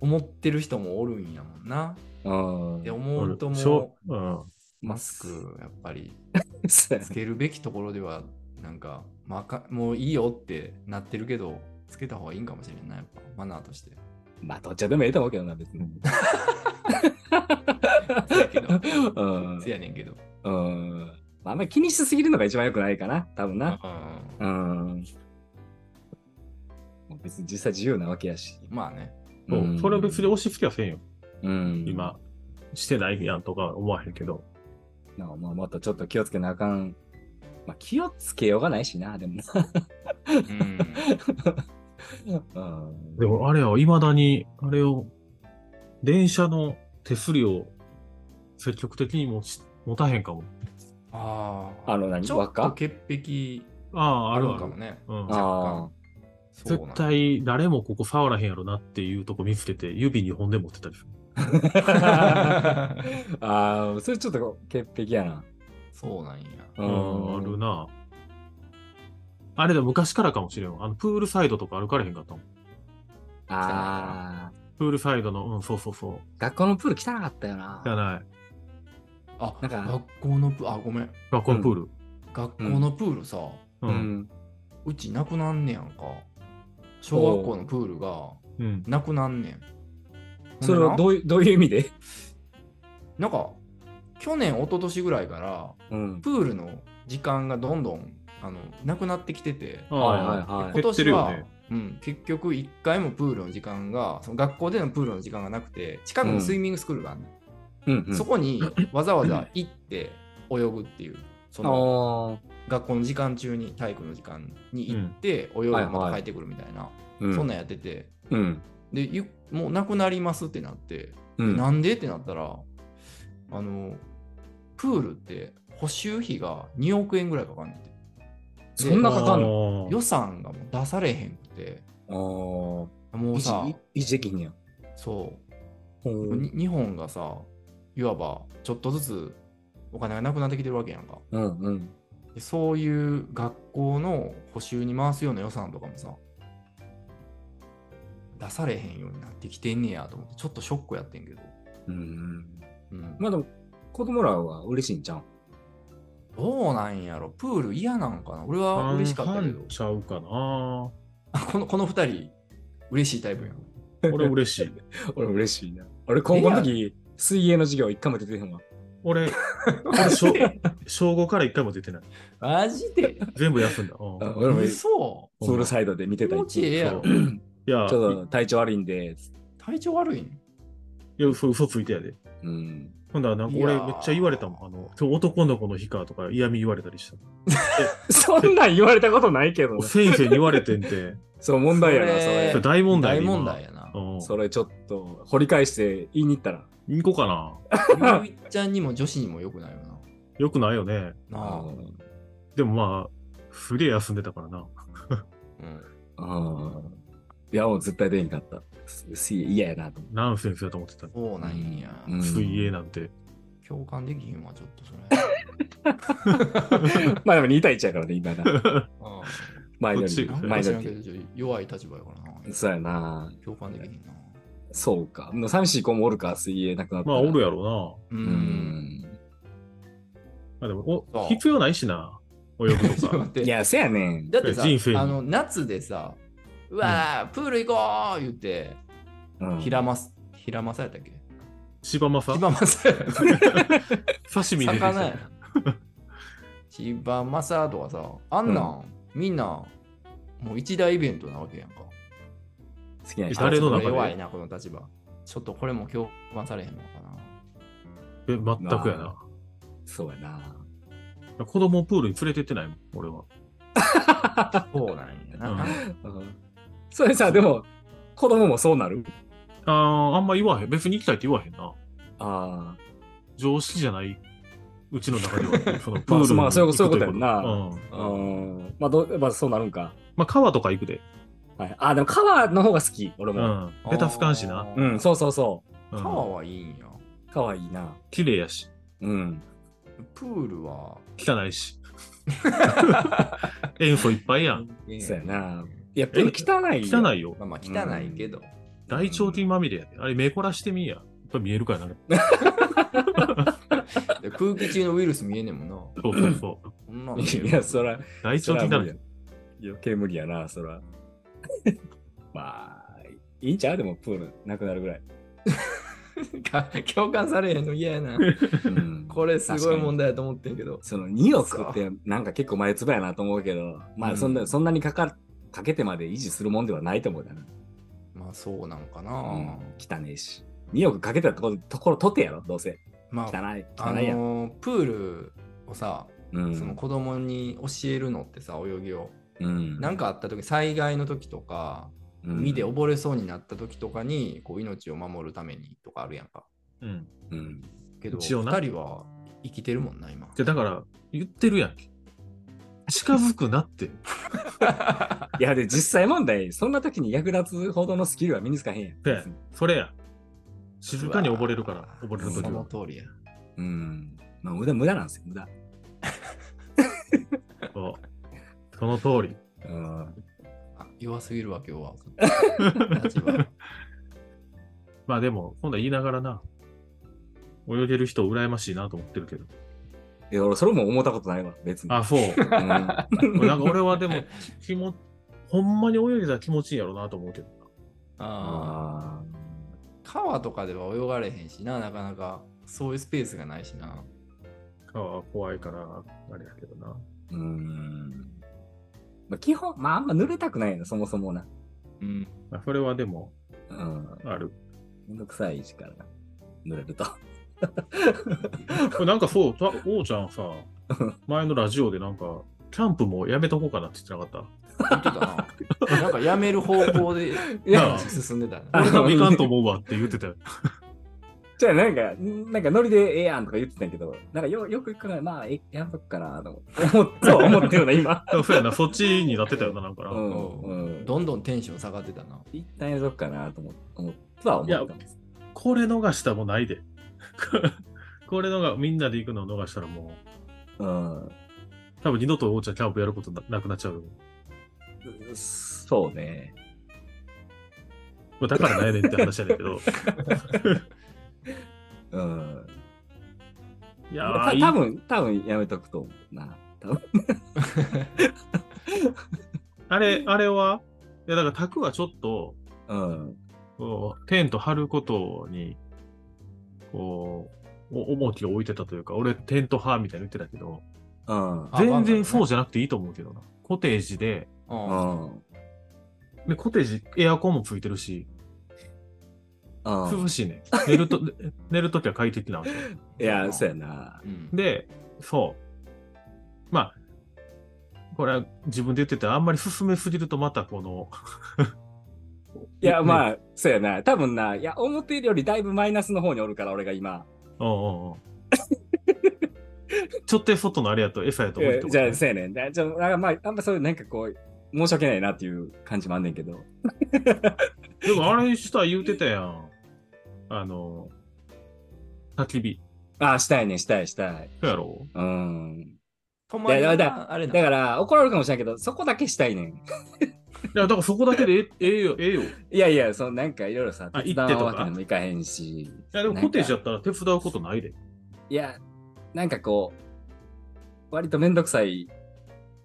B: 思ってる人もおるんやもんな。
A: うん
B: で、。思うと
C: しょ
B: も
C: ううん
B: う、マスク、やっぱり、
A: そうや
B: つけるべきところでは、なんか、まああか、もういいよってなってるけど、つけた方がいいんかもしれんない、やっぱ、マナーとして。
A: まあ、どっちでもいいと思うけどな、別に。
B: せやけど
A: うん
B: せやねんけど。
A: うん。まああんまり気にしすぎるのが一番良くないかな、多分な。
B: う
A: うん。別に実際自由なわけやし。
B: んまあね。
C: そう
A: うん
C: それは別に押し付けはせんよ
A: うん。
C: 今してないやんとか思わへんけど
A: なんかまあもっとちょっと気をつけなあかん。まあ、気をつけようがないしな、でも
B: うん。
A: な。 うん。
C: でもあれは未だに、あれを、電車の手すりを積極的に持ち持たへんかも。
B: ああ。
A: あの何
B: ちょっ
A: 輪
B: と
A: っか
B: 潔癖
C: ああ、
B: あ
C: ある
B: る
C: あ
B: んかも
C: る。
B: ね。
C: うん、
A: あ
B: そうな
C: 絶
B: ん
C: 対誰もここ触らへんやろなっていうとこ見つけて指2本で持ってたりする。
A: あ。ああ、それちょっと潔癖やな。
B: そうなんや。
A: う
C: うん、あるな。あれで昔からかもしれんわ。あの、プールサイドとか歩かれへんかったもん。
A: ああ、
C: プールサイドの、うん、そうそうそう。
A: 学校のプール汚かったよな。
C: じゃない。
B: あ、
A: なんか
B: 学校のプール、あ、ごめん。
C: 学校のプール。
B: 学校のプールさ、
C: う。
A: うんん。
B: うちなくなんねやんか。小学校のプールが
C: うん。
B: なくなんねん。
A: それは
B: う
A: どういう、どういう意味で
B: なんか、去年、一昨年ぐらいから、
A: うん。
B: プールの時間がどんどんあのなくなってきてて、
C: ああ
A: はいはいはい
B: 今
C: 減って
B: 年
C: る
B: は、
C: よね
B: うん、結局1回もプールの時間がその学校でのプールの時間がなくて近くのスイミングスクールがあるの、
A: うんうん。
B: そこにわざわざ行って泳ぐっていうその
A: あ
B: 学校の時間中に体育の時間に行って泳いで
A: はいはい
B: また帰ってくるみたいな、
A: あ。
B: そんなんやってて
A: うん。
B: でゆもうなくなりますってなって、
A: うん。
B: なんでってなったらあのプールって補修費が2億円ぐらいかかんねんて。
A: そんなかかんの
C: の
B: 予算がもう出されへんくて、
A: あ
B: も
A: あ。
B: う
A: 維持
B: さ、
A: 維持できんねや。
B: そう、
A: うん。
B: に日本がさ、いわばちょっとずつお金がなくなってきてるわけやんか。
A: うんうん。
B: でそういう学校の補修に回すような予算とかもさ、出されへんようになってきてんねやと思って、ちょっとショックやってんけど。
A: うん。
B: うん、
A: まあでも、子供らは嬉しいんじゃん。
B: どうなんやろプール嫌なんかな俺は嬉しかったけど
C: 半々、ちゃうか な。
B: このこの2人、嬉しいタイプやん。
C: 俺嬉しい。
A: 俺嬉しいな。俺、高校の時、水泳の授業一回も出てへんわ。
C: 俺、俺小小5から一回も出てない。
B: マジで
C: 全部休んだ。うん
A: あ俺も
B: 嘘
A: ソウルサイドで見て
B: 気
A: た
B: 持ちえ
A: ち
B: えやろ
C: そう。いや、
A: ょっと体調悪いんで、
B: 体調悪いん
C: いや嘘嘘ついてやで。
A: うん。
C: ほんだらなんか
B: い
C: 俺
B: やー
C: めっちゃ言われたもん。あの、今日男の子の日かとか嫌味言われたりした。
A: そんなん言われたことないけどね
C: 先生に言われて んて、
A: そう、問題やな、そ
B: そ
A: れ
C: それ。大問題
B: 大
C: で今
B: 問題やな。
C: うん。
A: それちょっと、掘り返して言いに行ったら。
C: 行こうかな。
B: ゆういちゃんにも女子にも良くないよ
C: よくないよね。
B: な。なあ。
C: でもまあ、すげえ休んでたからな。
B: うん
A: ああ。いや、もう絶対出へんかった。す水泳嫌やなと思
C: ナンセンスだと思ってた。
B: そうなんや。
A: うん
C: 水泳なんて。
B: 共感できひんわ、ちょっとそ れ。
A: って。まあでも2対1やからね、今な。
B: う
A: 前乗り。
C: こっ
B: ん。
C: ち
B: な
A: 前
B: んか知ら
A: 乗
B: んけどちょっと弱い立場やからな。
A: り。そうやな。
B: 共感できひんな。
A: そうか。もう寂しい子もおるか、水泳なくなった
C: ま
A: ら。
C: あ、おるやろ
B: う。
A: うんん。
C: な。あでも
B: そう
C: お、必要ないしな。泳
B: ち
C: ぐ
B: ょ
C: と
B: っと
C: か。
B: 待っ
A: い
B: て。
A: や、せやねん。
B: だってさ
C: 人生、に
B: あの夏でさ、うわー、プール行こう言って、
A: うん
B: ひらます、ひらまさやったっけ
C: 柴間さ
B: 千
C: ん
B: 葉まさや。
C: 刺身出てきた
B: 魚や。千葉まさとかさ、あんなん、みんな、もう一大イベントなわけやんか。
A: 好きな人。
C: 誰の中
B: あちょ
C: で
B: っと弱いな、この立場。ちょっとこれも共感されへんのか
C: え、全くや
A: ま
C: な。
A: そうやな。
C: 子供をプールに連れてってないもん、俺は。
B: な。そうなんやな。
A: うんそれさ、でも、子供もそうなる。
C: あーあんま言わへん。別に行きたいって言わへんな。
A: あ
C: 常識じゃない、うちの中で は。そのプ
A: まあ
C: ールに
A: まあそういうことそういうことや
C: 行
A: ん
C: く
A: な
C: うん。
A: あ。うん。まあ、どう、まあ、そうなるんか。
C: まあ、川とか行くで。
A: はい。あ、でも、川の方が好き、俺
C: う
A: も。
C: ん。ベタつかんしな。
A: うん、そうそうそう
B: 川
C: ん。
B: はいいんや。
A: う。川いいな。
C: 綺麗やし、
A: うん。
B: プールは。
C: 汚 いし。塩素いっぱいやん。
A: そうやな。いや、プール汚いよ。
C: 汚いよ。
B: まあまあ汚いけど。
C: 大腸菌まみれやで。あれ、目凝らしてみいや。やっぱ見えるからな。
B: で空気中のウイルス見えねえもんな。
C: そうそうそう。
B: そんなん
A: いや、そら、
C: 大腸
A: そら
C: 菌だら
A: 無理や
C: け。。
A: 余計無理やな、そら。 まあ、いいんちゃうでも、プールなくなるぐらい。
B: か共感されへんの嫌やな。
A: うん
B: これすごい問題やと思ってんけど。
A: その2億ってなんか結構前つばやなと思うけど、まあそんな、
B: うん
A: そんなにかかかけてまで維持するもんではないと思うだな。
B: まあそうなんかな。
A: うん、汚ねえし。2億かけたところところとてやろ、どうせ。
B: ま
A: 汚
B: あ、
A: い、
B: あ
A: 汚いやん。
B: のープールをさ、
A: うん
B: その子供に教えるのってさ、泳ぎを。
A: うん
B: なんかあった時、災害の時とか、海で溺れそうになった時とかにこう命を守るためにとかあるやんか。
C: うん。
A: うん。
B: けど、
C: 一応な
B: 2人は生きてるもんな、今。
C: で、だから、言ってるやん。近づくなって。
A: いや、で、実際問題、そんな時に役立つほどのスキルは身につかへんやん。
C: でそれや。静かに溺れるから、溺れる
B: そ
C: とき
B: の
C: は。
B: 通りや。
A: うん。まあ、無駄、無駄なんですよ、無駄。
C: そうその通り。
A: うん。
B: あ弱すぎるわ、今日 は。立場
C: まあでも、今度は言いながらな、泳げる人羨ましいなと思ってるけど。
A: いや、俺、それも思ったことないわ、別に。
C: あ、 そう。
A: うん、
C: なんか俺はでも、気持ほんまに泳げたら気持ちいいやろうなと思うけど。
A: あ
B: あー川とかでは泳がれへんしな、なかなかそういうスペースがないしな。
C: 川は怖いから、あれやけどな。
A: ーうん。まあ、基本、まあ、あんま濡れたくないな、そもそもな。
B: うん。
C: まあ、それはでも、
A: うん。
C: ある。
A: めんどくさいしからな、濡れると。
C: なんかそう、たおうち ゃんさ、前のラジオでなんか、キャンプもやめとこうかなって言ってなかっ
B: 言ってたな。なん かやめる方向で
A: いや
C: あ、
B: 進んでたね
C: た。
A: あ
C: 俺多分いかんと思うわって言っ てたよ。
A: じゃあ、なんか、なんかノリでええやんとか言ってたんやけど、なんかよよく行くから、まあ、えやんとくかなと思って、思った思ってるな、 今。
C: だからそうやな、そっちになってたよな、なんかな。
A: うん。うん。
B: どんどんテンション下がってたな。
A: 一旦やめとくかなと思って、思っては思ったんです。
C: これ逃したらもうないで。これのが、みんなで行くのを逃したらも
A: うん。
C: う、多分二度とおうちゃんキャンプやることななくなっちゃうよ。
A: そうね。
C: まあだからなんやねんって話やねん けど。
A: うん。
C: いや
A: た
C: ー、いい
A: 多分多分やめとくと思うな。多分
C: あれ、あれはいや、だから、タクはちょっと、
A: うん。
C: こうテント張ることにこう、お重きを置いてたというか、俺、テント派みたいに言ってたけど、
A: うん。
B: あ
C: 全然
B: ワンダーね
C: そうじゃなくていいと思うけどな。コテージで、
A: う
B: あ
A: ん。
C: で、コテージ、エアコンもついてるし、
A: うん。
C: 涼しいね。寝ると、 寝るときは快適なわけ。
A: いや、そうやな。、
B: うん
C: で、そう。まあ、これは自分で言ってて、あんまり進めすぎるとまたこの
A: いや、
C: あ。
A: まあ、そうやな。多分な、いや、思っているよりだいぶマイナスの方におるから、俺が今。
C: うんうんうん。ちょっと外のあれやと餌やと思って
A: えじゃあ、そうやねん。じゃあじゃあ、なんかまあ、あんまそういう、なんかこう、申し訳ないなっていう感じもあんねんけど。
C: でもあれしたら言うてたやん。あの、焚き火。
A: ああ、したいね、したい、したい。
C: そうやろ
A: うん。
B: 泊まり
A: いや
B: は
A: だか
B: あれな
A: だから、怒られるかもしれんけど、そこだけしたいねん。
C: いや、だからそこだけでえ ええよ、ええよ。い
A: いやいや、そのなんかいろいろさ、
C: あ
A: 手伝うわ
C: 行ってと
A: け
C: か
A: にもいかへんし。
C: や、でも
A: なんか
C: コテージやったら手伝うことないで。
A: いや、なんかこう、割とめんどくさい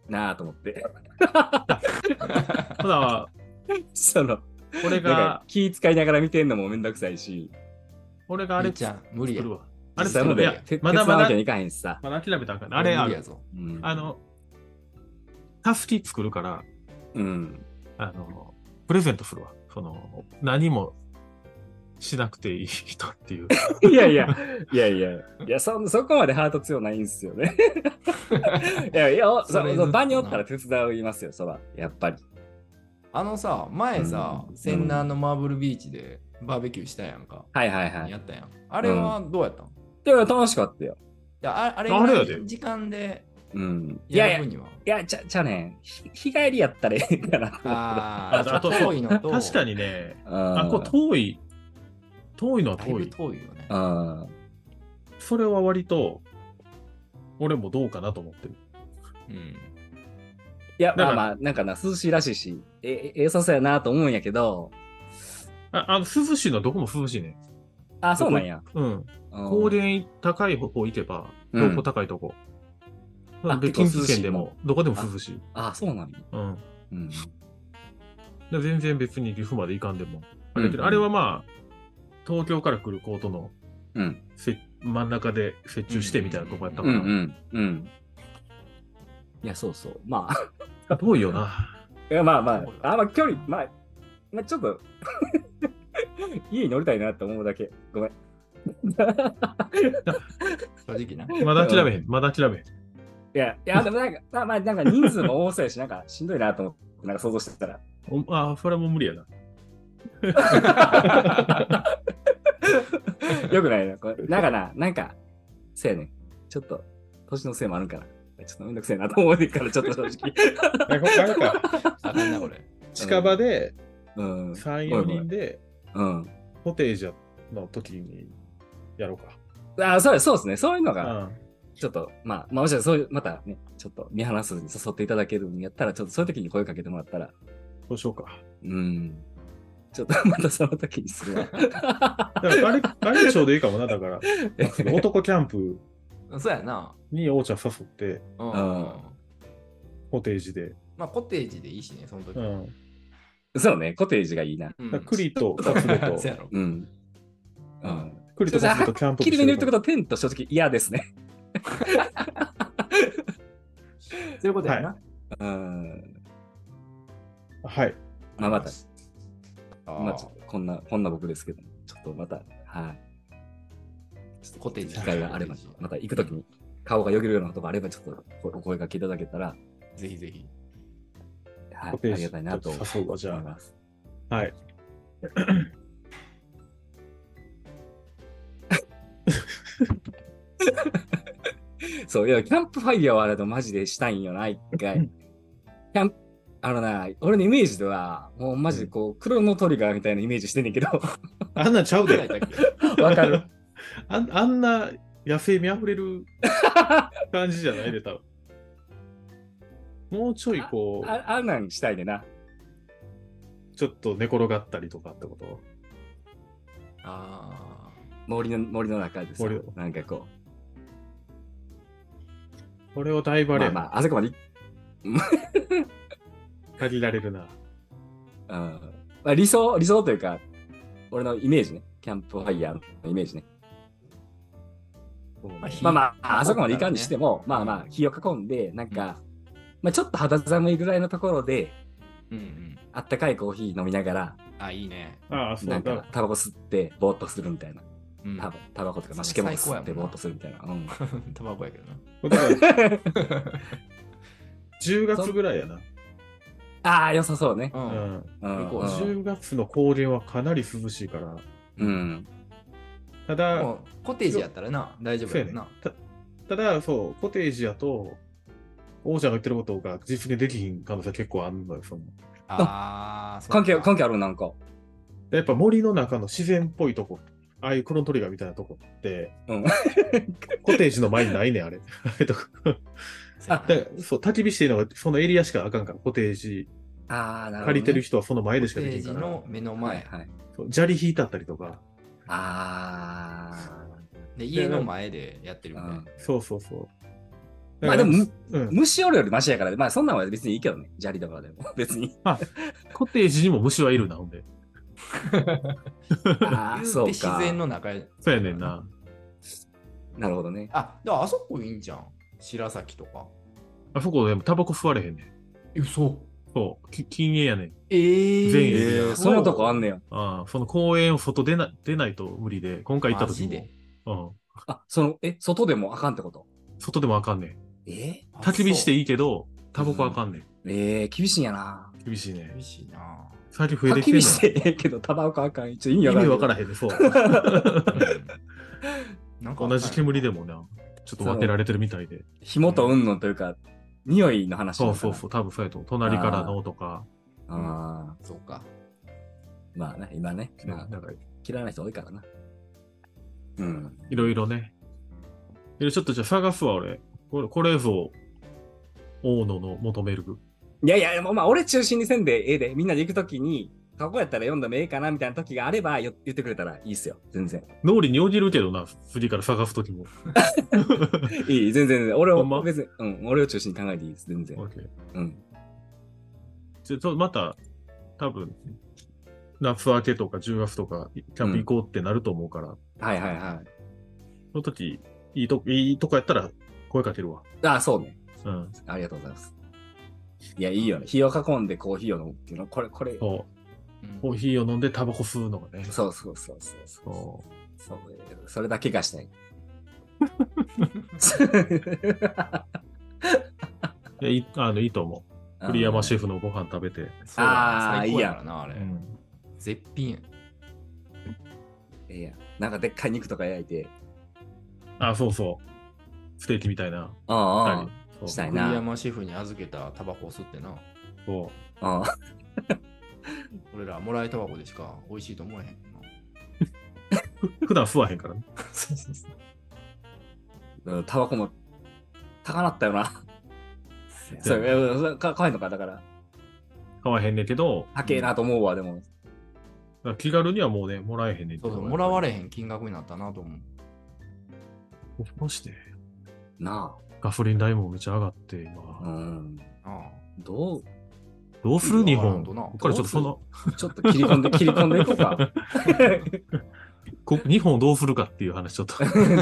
A: なぁと思って。
C: ただ、
A: その、
C: 俺
A: なんか
C: が、
A: 気使いながら見てんのもめんどくさいし、
C: 俺があ
B: み
C: れ
B: ーちゃん無理
C: 作
B: や
C: るわ。あれ
A: そ
C: 作
A: の
C: るい
A: で
C: や、
A: 手、
C: まだ
A: 手伝う
C: ま
A: わ
C: だ
A: けにいかへんしさ。
C: まだ諦めたらあかんねあれ、
B: 無
C: あ
B: 理や
C: る。
B: ぞ
A: うん
C: あ、の、タスキ作るから、
A: うん。
C: あの、プレゼントするわ。その、何もしなくていい人っていう。
A: いやいや、いやいや、いや、そ、そこまでハート強ないんすよね。 いや、いや、お
B: そ
A: そ
B: れ
A: そ場におったら手伝いますよ、そら。やっぱり。
B: あのさ前さ
A: うん
B: 仙南のマーブルビーチでバーベキューしたやんか
A: はいはいはい。
B: やったやんあれはどうやったんい
A: でも楽しかったよ。
B: やああれ
C: あれや
B: は
C: で
B: 時間で
A: うん。いやい
B: や
A: や、
B: る
A: い
B: 分には
A: や、ちゃ、ちゃうねん、ひ日帰りやったらええかなと思って。
B: あ
C: あ
B: ー
C: あと、
B: 遠いのと
C: 確かにね、
A: あ
C: あ、これ遠い。遠いのは
B: だい
C: 遠
B: ぶ
C: い。
B: 遠いよね
A: あ
C: それは割と、俺もどうかなと思ってる。
B: うん
A: いや、
C: だ
A: まあ
C: から
A: まあ、なんかな、涼しいらしいし、え、えええさそうやなと思うんやけど、
C: あ、あの、涼しいのはどこも涼しいね。
A: あ、そうなんや。
C: うん。
A: うん
C: 高原高い方行けば、
A: う
C: 標
A: ん
C: 高高いとこ。
A: あ
C: で、
A: 結構涼
C: 近
A: しいの
C: 畿圏でも、どこでも涼しい。
A: あ、そうなんや。
C: うん。
A: うん。
C: で全然別に岐阜まで行かんでも。あれやけど
A: うん
C: あれはまあ、東京から来るコートの
A: うん。
C: せ真ん中で接中してみたいなとこやった
A: うんう
C: から、
A: ん。うん。いや、そうそう。まあ、
C: 遠い よな。
A: いやまあまあ、あまあ、距離、まあ、まあ、ちょっと、 家に乗りたいなって思うだけ。ごめん。
B: 正直な
C: まだ諦めへん、まだ諦めへん。
A: いや、いや、でもなんか、まあまあ、なんか人数も多そうやし、なんかしんどいなと思って、なんか想像してたら。
C: おああ、それも無理 やな。
A: よくないな。これなんかな、なんか、せやねん。ちょっと、年のせいもあるから。ちょっとめんどくせえなと思うから、ちょっと正直。
D: なんかあれか
B: あかんなこれ
D: 近場で
A: うん。
D: 3、
A: ご
D: 4
A: めんごめん
D: 人で、
A: うん。
D: コテージの時にやろうか。
A: あ、そうそうですね。そういうの
C: う
A: が、
C: ん。
A: ちょっと、まあ、まあ、もしかしたらそういう、またね、ちょっと見放すに誘っていただけるんやったら、ちょっとそういう時に声かけてもらったら、
C: そうしようか。
A: うん。ちょっとまたその時にするわ。
D: だからあれ、あれちょうどいいかもな、だから。男キャンプ
B: そうやな
D: におうちゃん誘って、
B: うん
A: うん
D: コテージで。
B: まあコテージでいいしねその時
D: うん。
A: そうね、コテージがいいな。
B: うん
D: だから栗とカツレと
B: そ、 うやろ
A: うん。うん。
D: 栗とカツレとキャンプ
A: 切り目に言うと
D: と
A: ことは、テント正直嫌ですね。
B: そういうことやな
A: うん。
D: はい。
A: まあ、また、
B: あー
A: まあ、ちょっとこんな、こんな僕ですけど、ちょっとまた、はい。ちょっと
B: コテージ
A: 機会があれば、また行くときに顔がよぎるようなことがあれば、ちょっとおお声掛けいただけたら、
B: ぜひぜひ
A: はい、
D: コテー
A: あ
D: ジ
A: りがたいなと思
D: 誘うわじゃあ
A: います。
D: はい。
A: そう、いや、キャンプファイヤーはあれとマジでしたいんよな、一 回。キャンプ、あのな、俺のイメージでは、もうマジでこう、クロノトリガーみたいなイメージしてんね んけど、
D: あんなんちゃうで。
A: わかる。
D: あんあんな野生味あふれる感じじゃないで、多分。もうちょいこ
A: ああんなんしたいでな。
D: う、ちょっと寝転がったりとかってこと
B: あー
A: 森の森の中でさ
D: 森の、
A: なんかこ、
D: これをだいうぶあ
A: ま
D: れ、
A: あまあ、あそこまでい、
D: 限られるな。
A: うんまあ、理想、理想というか、俺のイメージね、キャンプファイヤーのイメージね。
B: まあ
A: まあまあ、あそこまでいかんにしても、まあまあ、火を囲んで、なんか、まあちょっと肌寒いぐらいのところで、
B: うんうん。
A: あったかいコーヒー飲みながら、
B: あ、いいね。
D: ああ、そう
A: な
D: だ
A: んか、タバコ吸って、ぼーっとするみたいな。
B: うん
A: タバタバコとか、まあ、し
B: そ
A: け
B: れ
A: も吸って、
B: 最高やもんな
A: ぼーっとするみたいな。うん。
B: タバコやけど
D: だ
B: な。
D: から10月ぐらいやな。
A: ああ、良さそうね。
B: う。
D: うんん。
A: うん。
B: 向こうは
A: うん
D: 10月の高原はかなり涼しいから。
A: うん。
D: ただ、
B: もうコテージやったらな、大丈夫やもんな。
D: たただ、そう、コテージやと、王者が言ってることが実現できひん可能性結構あるのよ、その。
B: ああ、そうか
A: 関係、関係あるなんか。
D: やっぱ森の中の自然っぽいとこ、ああいうクロントリガーみたいなとこって、
A: うん
D: コテージの前にないねん、あれ。 あれとか。
B: あ
D: だからそう、焚き火してるのがそのエリアしかあかんから、コテージ
A: ああ、なるほど、ね。
D: 借りてる人はその前でし
B: コ
D: か
B: テ
D: でき
B: ー
D: んか
B: ジ
D: ら、
B: の目の
A: は
B: 前
A: い。はい。
D: そう砂利引いてあったりとか、
A: あ
B: で、家の前でやってる
A: あ、う
B: みたいな。
A: ん。
D: そうそうそう。
A: まあでも、む
D: うん、
A: 虫おるよりマシやから、まあそんなんは別にいいけどね。砂利とかでも。 別に。
C: コテージにも虫はいるな、ほんで。
A: ああ、
B: 言
A: そうう
B: て
A: か。
B: 自然の中や。
C: そうやねんな。
A: なるほどね。
B: あ、でもあそこいいんじゃん。白崎とか。
C: あそこでもタバコ吸われへんねん。
B: え、そう。
C: そう、き禁煙やねん。
B: えー、
C: 全エリア
A: ええそのとこあん
B: ね
A: ねや。
C: ああその公園を外出な出ないと無理で、今回行った
B: マ
C: 時
B: ジ
C: も。
B: で。
C: うん。
A: あ、その、え、外でもあかんってこと
C: 外でもあかんねん。
A: え
C: 焚き火して
B: い
C: いいけど、タバコあかんねん。
A: ええ厳しいんやな。
C: 厳しいね。
B: 厳しいな。
C: 最近増え
A: 焚
C: てき
A: き
C: てん
A: 火
C: の
A: してええけど、タバコあかん。ちょっと意味
C: 意
A: わからん
C: 味
A: けど。
C: わからへんね、そ
B: う
C: う。
B: んなんか
C: 同じ煙でもな、ちょっと分けられてるみたいで。
A: 紐と云々というか、匂いの話な
C: そ
A: の
C: う
A: か
C: そ
A: な
C: うそう、多分そうやと思う。隣からのとか、
A: あ
B: そうか。
A: あ、まあね、今ね、
C: うん
A: まあ
C: なんか
A: 嫌いな人多いからな。うん。
C: いろいろね。いろいろちょっとじゃあ探すわ、俺。これこれぞ、大野の求める具。
A: いやいや、もうまあ、俺中心にせんでええで、みんなで行くときに、ここやったら読んでもええかなみたいな時があれば言言ってくれたらいいっすよ。全然。
C: 脳裏によぎるけどな、次から探すときも。
A: いい、全然全然。俺
C: ほんま
A: を、別に、うん、俺を中心に考えていいです。全然。
C: OK
A: うん。
C: じゃあちょまた、多分、夏明けとか10月とか、キャンプ行こうってなると思うから、
A: はいはいは
C: その時、いいとこ、いいとこやったら声かけるわ。
A: い。ああ、そうね。
C: うん。
A: ありがとうございます。いや、いいよね。火を囲んでコーヒーを飲むっていうの。これ、これ。
C: そう
B: うん
C: コーヒーを飲んでタバコ吸うのがね。
A: そうそうそうそうそう。
C: そ
A: そうそれだけが したい。
C: う。いやいいあのいいと思う。栗山シェフのご飯食べて。
B: そうやな
A: あー
B: 最高やからな、あ
C: う
B: れ。
C: ん。
B: 絶品や。
A: ええやんなんかでっかい肉とか焼いて。
C: あ、そうそう。ステーキみたいな。
A: あ
C: そう
A: したい
B: 栗
A: な
B: 山シェフに預けたタバコを吸ってな。
C: そ
A: あ、ああ。
B: 俺らもらいタバコでしか美味しいと思えへんな。
C: う普段吸わへんからね。
B: そうそうそう。
A: うんタバコも高なったよな。そう、
C: で
A: うんそうかかわいいのか、だから。
C: 買わへんねんけど、
A: 高えなと思うわ、でも。
C: 気軽にはもうね、もらえへんねん
B: そうそうもらわ
C: れ。
B: れへん金額になったなと思う。
C: どうして
A: な
C: ガソリン代もめっちゃ上がって、
A: あ。う
C: 今。
A: ん。
B: あ
A: どう
C: どうする日
B: わから
C: 本。
B: ん
C: こと
B: な
C: れちょっとその、
A: ちょっと切り込ん で、切り込んでいこうか。
C: こ日本どうするかっていう話ちょ っと
A: ちょっと大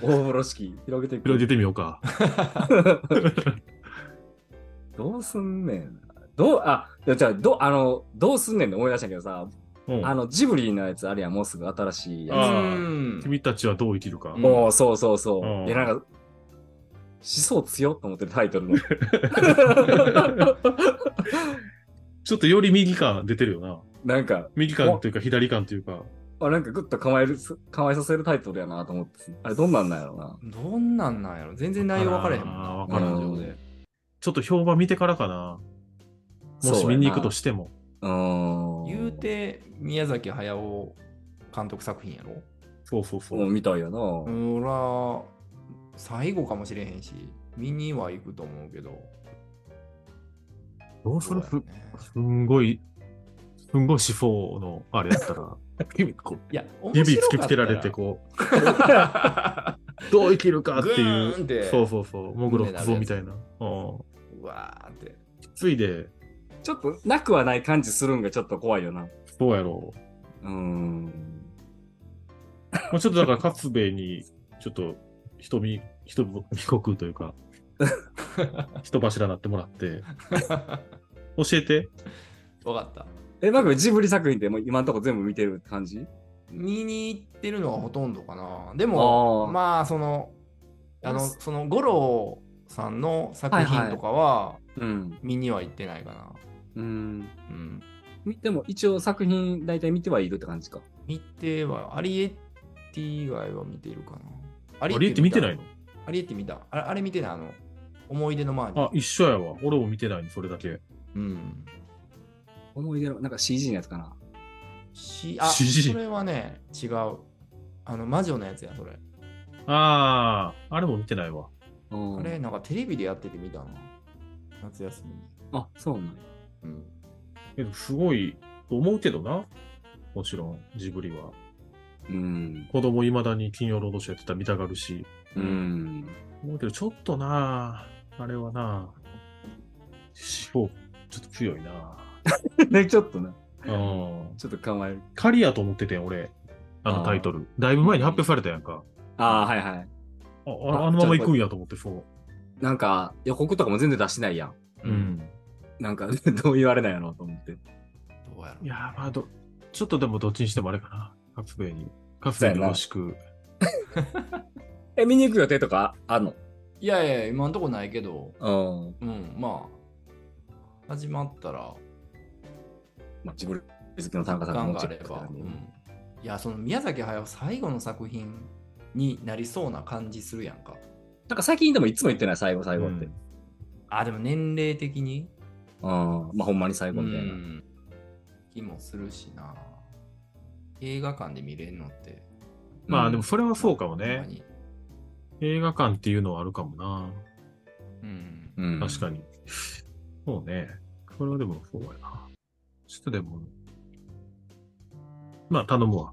A: 風呂敷広げてい
C: 広
A: く。
C: げてみよ うか。
A: どうすんねん。どう、あ、いやじゃあ、どう、あの、どうすんねんって思い出したけどさ、
C: うん
A: あの、ジブリのやつあるやん、もうすぐ新しいや
B: あ。
C: あ
B: う
C: ー
B: ん。
C: 君たちはどう生きるか
B: う。ん
A: もう、そうそうそうう。
C: ん
A: いや、なんか、思想強っと思ってるタイトルの。
C: ちょっとより右感出てるよな。
A: なんか、
C: 右感というか左感というか。
A: あなんかグッと構える、構えさせるタイトルやなと思って。あれ、どんなんなんやろうな。
B: どんなんなんやろ全然内容分からへんもんな。
C: あー分
A: からん
B: 上で。
C: ちょっと評判見てからかな。もし見に行くとしても。
A: うーん。
B: 言う、て、宮崎駿監督作品やろ
C: そうそうそう。
A: みたいやな。
B: 俺は最後かもしれへんし、見には行くと思うけど。
C: どうする
B: どう
C: す
B: やろね
C: すんごい、すんごい思想のあれやった ら、指こう
B: いや、
C: 指
B: 面
C: 突
B: 白
C: き
B: か
C: つ
B: っ
C: け
B: た
C: られて、こ う、どう生きるかって
B: グーン
C: い
B: っ
C: う。
B: て
C: そうそうそう。もぐろくぞみたいな。うん
B: うわーって。
C: ついで、
A: ちょっと、なくはない感じするんがちょっと怖いよな。
C: どうやろう。
A: うーん。
C: もうちょっとだから、勝部にちょっと人見、人見国という か、人柱になってもら って、教えて。
B: 分かった。
A: え、なんかジブリ作品ってもう今んとこ全部見てる感じ
B: 見に行ってるのはほとんどかな。でも、
A: あー
B: まあ、その、あの、その、五郎さんの作品とかは
A: うん。
B: 見には行ってないかな。
A: うん。
B: うん。
A: みでも一応作品大体見てはいるって感じか。
B: 見ては、アリエッティ以外は見てるかな。ア
C: あれって見てない
B: の
C: の
B: アリエッティ見た。あれあれ見てない、あの、思い出の前に。
C: あ、一緒やわ。俺も見てないの、それだけ。
B: うん。
A: 思い出の、なんか CG のやつかな。
B: し、あ、
C: CG
B: それはね、違う。あの、魔女のやつや、それ。
C: ああ、あれも見てないわ。
A: うん
B: あれ、なんかテレビでやってて見たな。夏休みに。
A: あ、そうなんや
B: うん。
C: けど、すごい、と思うけどな。もちろん、ジブリは。
A: うん。
C: 子供未だに金曜ロードショーやってたら見たがるし。
A: うん。
C: 思うけど、ちょっとなあ、あれはなあ、しょちょっと強いな
A: ね、ちょっとね、
C: あ。うん。
A: ちょっと構える。
C: カリアと思っててん、俺。あのタイトル。だいぶ前に発表されたやんか。
A: ああ、はいはい。
C: あああのまま行くんやと思って、そう。
A: なんか予告とかも全然出してないやん。
C: うん。
A: なんか どう言われないやろうと思って。
B: どうやろう
C: いやー、まあど、ちょっとでもどっちにしてもあれかな。カツベイに。カツベイによろしく。
A: え、見に行く予定とかあんの
B: いやいや、今んとこないけど、
A: うん。
B: うん、まあ、始まったら、
A: まあ、自分好きの参加
B: 時
A: さんも
B: 間が
A: ち
B: あ
A: ろん
B: れば。うん、いや、その宮崎駿最後の作品になりそうな感じするやんか。
A: なんか最近でもいつも言ってない、最後最後って。
B: あ、でも年齢的に、
A: うん。まあ、ほんまに最後みたいな。
B: うん気もするしな。映画館で見れるのって。
C: まあでも
A: うん
C: それはそうかも
B: ほんま
C: ね。
B: に。
C: 映画館っていうのはあるかもな。
B: うん。
A: うん、
C: 確かに。そうね。これはでもそうやな。ちょっとでも、まあ頼むわ。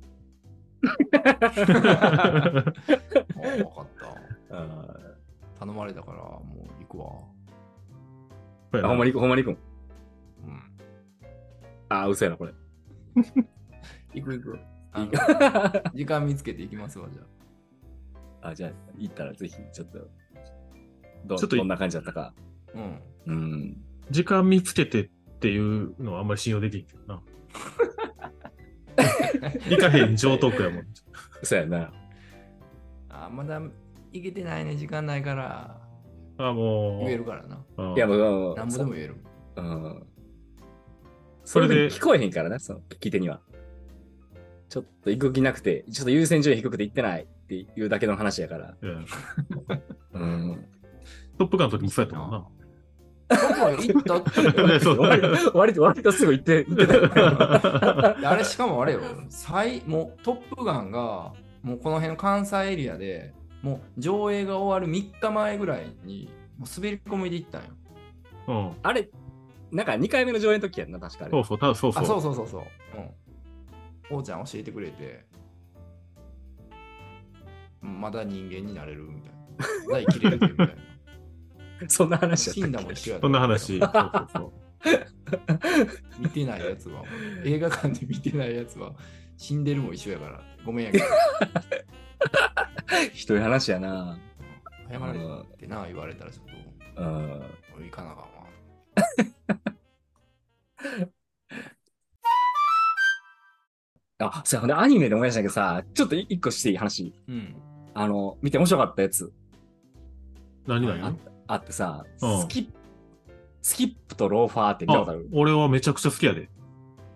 B: あ分かった。
A: うん
B: 頼まれたから、もう行くわ。
A: あほんまに行く、ほんまに行くん。
B: うん。
A: ああ、嘘やな、こ れ。
B: 行く行く。あの時間見つけて行きますわ、じゃあ。
A: あじゃあ、行ったらぜひ、ちょっと、ど
C: ちょっと
A: どんな感じだったか。
B: うん。
A: うん。
C: 時間見つけてっていうのはあんまり信用できんけどな。行かへん上等句やもん。
A: 嘘やな。
B: あ、まだ行けてないね、時間ないから。
C: あ、もう。
B: 言えるからな。
C: うん
A: いや、もう、
B: 何ぼでも言える。
A: うん。そ
C: そ
A: れ
C: れ
A: で
C: で
A: 聞こえへんからね、その聞き手には。ちょっと行く気なくて、ちょっと優先順位低くて行ってないっていうだけの話やから。
C: うん
A: うん。
C: トップガンの時もそうやったもんな。
B: 行ったって
C: ね そう
A: 割と割と、割とすぐ行って、行ってた から。
B: あれしかもあれよ、最もうトップガンがもうこの辺の関西エリアでもう上映が終わる3日前ぐらいにもう滑り込みで行ったんよ。
C: うん。
A: あれ、なんか2回目の上演の時やんな、確かあれ
C: そうそう、たそうそ
B: あ、
C: う。
B: そうそうそうそう。うん。おうちゃん教えてくれて、まだ人間になれるみたいな。大切れるみ たいな。
A: そんな話
B: 死
A: やっ
B: ん
A: た
B: だ
A: っけ
B: も一緒やで
C: そんな話。そうそうそう
B: 見てないやつは、映画館で見てないやつは、死んでるも一緒やから。ごめんやけど、
A: ひどい話やな。
B: 謝られってな、言われたらちょっ
A: うん。
B: と、行かなあかんわ。
A: あ、そうや、ほんでアニメで思い出したけどさ、ちょっと1個していい話。
B: うん。
A: あの、見て面白かったやつ
C: 何
B: あ
C: 々
A: あってさ、
C: うん
A: スキップ、スキップとローファーって見たこ
C: あ
A: とある、
C: 俺はめちゃくちゃ好きやで。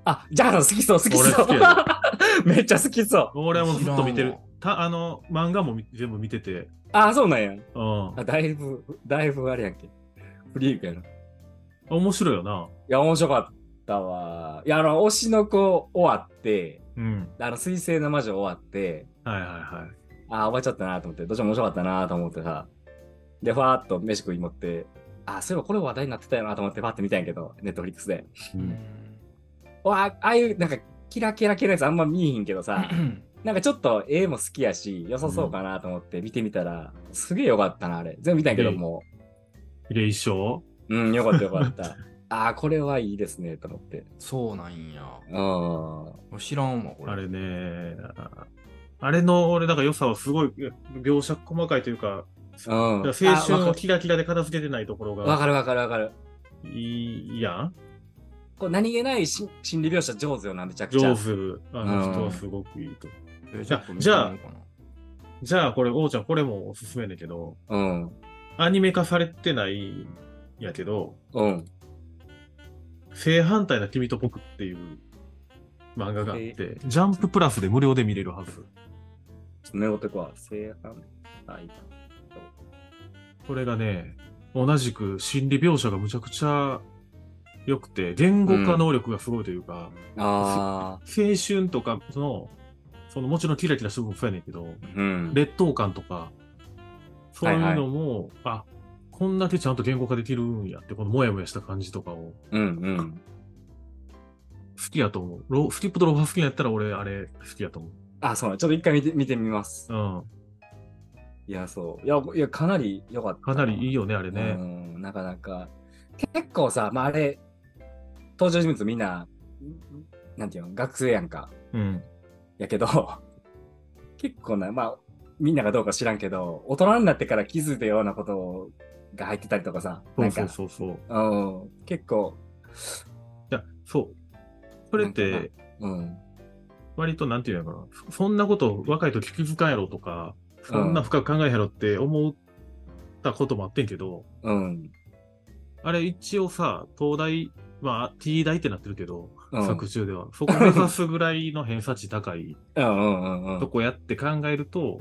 A: あ、ジャガさん好きそう、好き
C: 俺
A: そう
C: 好きや。
A: めっちゃ好きそう。
C: 俺はもうずっと見
B: 知
C: てる
B: らんわ。
C: たあの、漫画もみ全部見てて。
A: ああ、そうなんや。
C: うん
A: あ。だいぶ、だいぶあれやんけ。フリークやな。い
C: 面白いよな。
A: や、面白かったわ。いや、あの、推しの子終わって、
C: うん。
A: あの、水星の魔女終わって、
C: はいはいはい。
A: ああ、終わっちゃったなと思って、どっちも面白かったなと思ってさ、で、ファーっと飯食い持って、ああ、そういえばこれ話題になってたよなと思って、ファーって見たんやけど、ネットフリックスで。
C: うん
A: わあ、ああいう、なんか、キラキラキラやつあんま見えへんけどさ、なんかちょっと絵も好きやし、良さそうかなと思って見てみたら、すげえ良かったな、あれ。全部見たんやけど、
C: うん
A: もう。
C: 比例一緒
A: うん、よかったよか った。ああ、これはいいですね、と思って。
B: そうなんや。
A: うん。
B: 知らんわ、これ。
C: あれね、あれの俺なんか良さはすごい描写細かいというか、
A: うん。
C: だから青
A: あ
C: 春
A: わか
C: をキラキラで片付けてないところ
A: わ
C: が
A: かるわかるわかる。
C: いいやん。
A: こう何気ないし心理描写上手よな、めちゃくちゃ。
C: 上手。あの人はすごくいいと。
B: えー
C: じゃあ
B: ちょっと見てみようかな
C: じゃあこれ、おうちゃん、これもおすすめだけど、
A: うん。
C: アニメ化されてないんやけど、
A: うん。
C: 正反対な君と僕っていう漫画があって、ジャンププラスで無料で見れるはず。
A: ちょっとメモってこわ。正反対。
C: これがね、同じく心理描写がむちゃくちゃ良くて、言語化能力がすごいというか、
A: あ
C: 青春とか、その、そのもちろんキラキラする部分もそうやねんけど、
A: あ。 うん。
C: 劣等感とか、そういうのも、あ、こんだけちゃんと言語化できるんやって、このモヤモヤした感じとかを
A: うんうん。
C: 好きやと思う。ロスキップとローファ好きなんやったら俺あれ好きやと思う。
A: あ、そうなのちょっと一回見て見てみます。
C: うん。
A: いや、そう。いや、いやかなり良かった。
C: かなりいいよね、あれね。
A: うん、なかなか。結構さ、まあ、あれ、登場人物みんな、なんていうの、学生やんか。
C: うん。
A: やけど、 結構な、まあ、みんながどうか知らんけど、大人になってから気づいたようなことが入ってたりとかさ、
C: そ
A: な
C: うんそう
A: か、
C: そうそう。
A: うん、結構、
C: いや、そう。それっ
A: なん
C: て、
A: うん、
C: 割となんていうのかな。そそんなこと若い時気づかんやろとか、そんな深く考えへんやろって思ったこともあってんけど、
A: うん、
C: あれ一応さ、東大、まあ、T 大ってなってるけど、
A: うん、
C: 作中では。そこ目指すぐらいの偏差値高い
A: うん、うん、 うん、う
C: と
A: ん、
C: こやって考えると、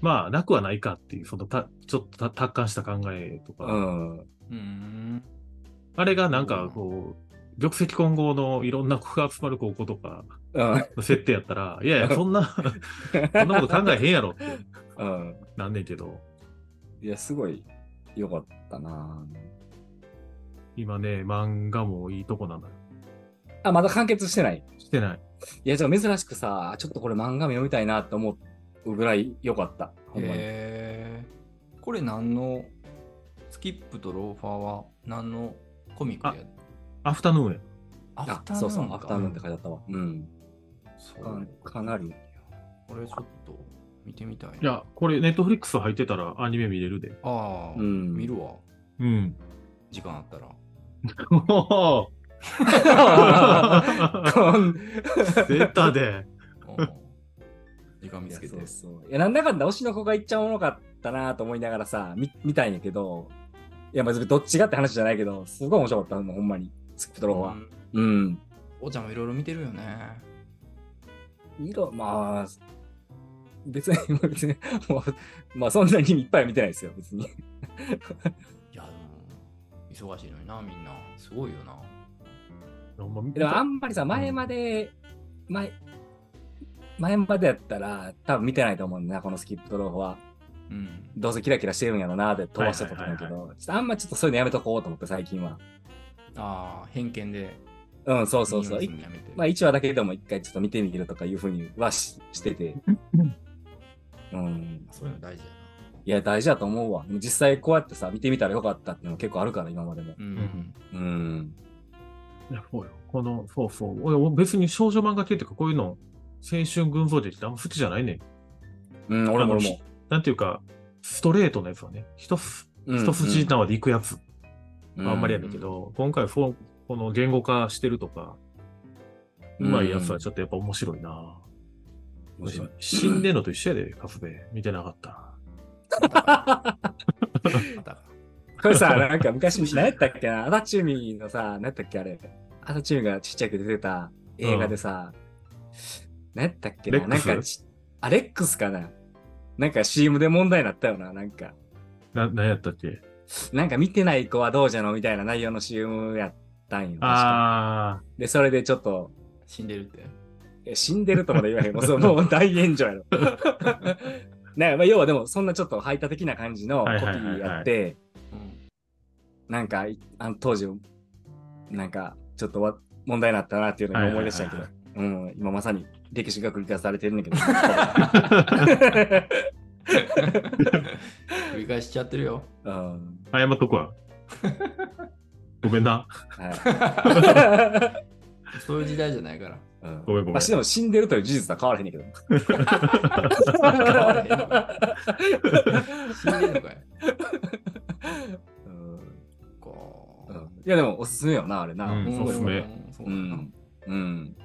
C: まあ、なくはないかっていう、そのた、ちょっとた達観した考えとか、
A: うん、
B: うーん。
C: あれがなんかこう、玉石混合のいろんな子が集まる高校とか
A: うん、
C: の設定やったら、いやい や、そんな、そんなこと考えへんやろって
A: うん、
C: なんねんけど、
A: いや、すごい良かったな
C: 今ね、漫画もいいとこなのよ。
A: あ、まだ完結してない。
C: してない。
A: いや、じゃあ珍しくさ、ちょっとこれ漫画目読みたいなって思うぐらい良かった。ほんまに。
B: えー、これ何のスキップとローファーは何のコミックや
C: アフタヌーンや。
B: ア
A: あ、そうそう、アフタヌーンって
B: か
A: 書いてあったわ。うん。
B: そう
A: かかなり
B: これちょっと見てみたいない
C: や、これ、ネットフリックス入ってたらアニメ見れるで。
B: ああ、
A: うん
B: 見るわ
C: うん。
B: 時間あったら
C: おー出たで。
B: うん時間見
A: いや
B: つけて
A: そうそういやなんだかんだ推しの子が言っちゃおもろかったなと思いながらさ見見たいんやけどいやまあ別にどっちがって話じゃないけどすごい面白かったもうほんまにスクプトローは
B: うん
A: うん、
B: おーちゃんもいろいろ見てるよね
A: 色まあ別に 別にもうまあそんなにいっぱいは見てないですよ別に
B: いやでも忙しいのになみんなすごいよな
C: ほんま見
A: でもあんまりさ前まで、前前までやったら多分見てないと思うんだなこのスキップトローは
B: うん
A: どうせキラキラしてるんやろなって飛ばしてたと思うけ
C: はい
A: どちょっとあんまちょっとそういうのやめとこうと思って最近は
B: ああ偏見で
A: うんそうそうそう
B: 見よ見よやめて
A: まあ、1話だけでも1回ちょっと見てみるとかいうふうにはししてて。うん。
B: そういうの大事やない
A: や、大事だと思うわ。でも実際こうやってさ、見てみたらよかったっていうのも結構あるから、今までも。
B: うん、
C: うん
A: うん。
C: いや、そうよ。この、そうそう。俺、俺別に少女漫画系っていうか、こういうの、青春群像劇ってあんま好きじゃないねん。
A: うん、俺も
C: あの
A: 俺も。
C: なんていうか、ストレートなやつはね、一す、
A: うん
C: 一筋縄で行くやつ、
A: うん
C: あんまりやねんけど、今回フォー、この言語化してるとか、うまいやつはちょっとやっぱ面白いな、
A: 面白い
C: 死んでんのと一緒やで、カスベ。見てなかった。
B: またか
A: これさ、なんか昔、何やったっけな、アダチューミーのさ、何やったっけあれ、アダチューミーがちっちゃく出てた映画でさ、何やったっけな、
C: レッ
A: なん
C: クス
A: かち、アレックスかな。なんか CM で問題になったよな、なんか。
C: な、何やったっけ
A: なんか見てない子はどうじゃのみたいな内容の CM やったんよ。確か
C: あ
A: で、それでちょっと、
B: 死んでるって
A: え死んでるとまで言わへん。もうそうもう大炎上や ろ。なんかまあ要はでも、そんなちょっと排他的な感じのコピ
C: はいはいはいはい
A: ーやって、
B: うん
A: なんか、いあの当時、なんか、ちょっとわ問題になったなっていうのを思い出したけど、
C: はい
A: うん、今まさに歴史が繰り返されてるんだけ ど。
B: 繰り返しちゃってるよ
A: うん
C: あ、謝っとく わ。ごめんな。
A: はい
B: そういう時代じゃないから。
A: うん
C: ごめんごめん
A: まあ、でも死んでるという事実は変わらへんねんけど。
B: 変わらへんの死んでんのかい
A: うん
B: こ
A: う
B: うん
A: いや、でもおすすめよな、あれな。
C: うん
B: うん
C: おすすめ
B: そう
A: う。
B: だなん
A: うん。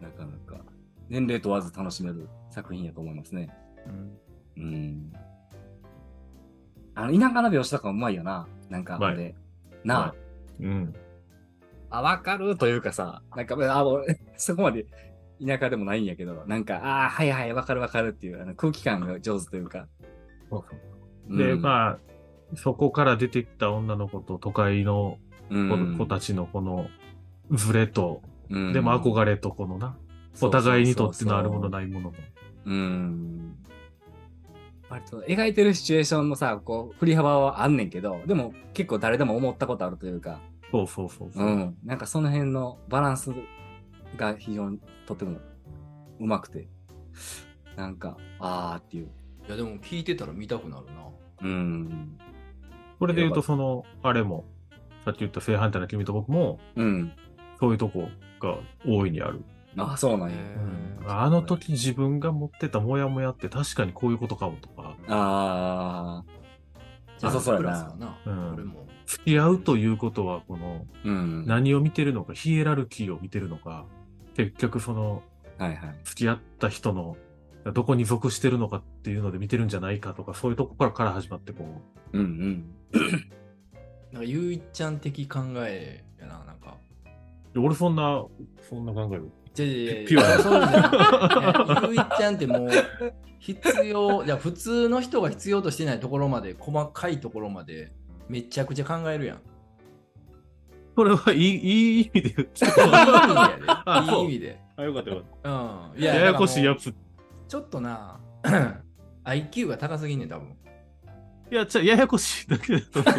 A: なかなか、年齢問わず楽しめる作品やと思いますね。
B: うん
A: うん。あの、田舎の描写とかうまいよな。なんか、
C: まい
A: で、な
C: うん。
A: あ、あ、わかるというかさ、なんか、あ、俺、 そこまで田舎でもないんやけど、なんか、ああ、はいはい、わかるわかるっていう、あの空気感が上手というか。
C: で、
A: あ、
C: まあ、そこから出てきた女の子と都会の
A: う
C: 子
A: ん
C: 子たちのこのズレと、
A: うん
C: でも憧れとこのな、お互いにとってのあるものないものも。
A: うん。割と描いてるシチュエーションのさ、こう、振り幅はあんねんけど、でも結構誰でも思ったことあるというか、
C: そうそうそうそうう。
A: ん。なんかその辺のバランスが非常にとてもうまくて、なんか、あーっていう。
B: いやでも聞いてたら見たくなるな
A: うん。
C: これで言うと、その、あれも、さっき言った正反対の君と僕も、
A: うん。
C: そういうとこが大いにある。
A: あ、そうなんや。
B: へー
C: あの時自分が持ってたモヤモヤって確かにこういうことかもとか、
A: あ
B: じゃあ
A: 良さそうやな
B: プラスかな
C: うん
B: 俺も
C: 付き合うということは、この、
A: ー。うん。はい
C: 何を見てるのか、ヒエラルキーを見てるのか、結局その、
A: はい。
C: 付き合った人の、どこに属してるのかっていうので見てるんじゃないかとか、そういうとこからから始まって、こう、
A: うん うん。
B: なんかゆういっちゃん的考えやななんか
C: 俺そんな、そんな考えよ。
B: じゃじゃ
C: ピュア
B: そうじゃなくてねゆういちゃんってもう必要じゃ普通の人が必要としてないところまで細かいところまでめちゃくちゃ考えるやん
C: これはいい、いい意味で言って
B: いい意味で
C: あ
B: やで
C: そ
B: いうい意味で
C: あ、よかったよかっ
B: うんい
C: た。ややこしいやつ。い
B: ちょっとな IQ が高すぎんねん多分
C: や、じゃややこしいだけだと思う。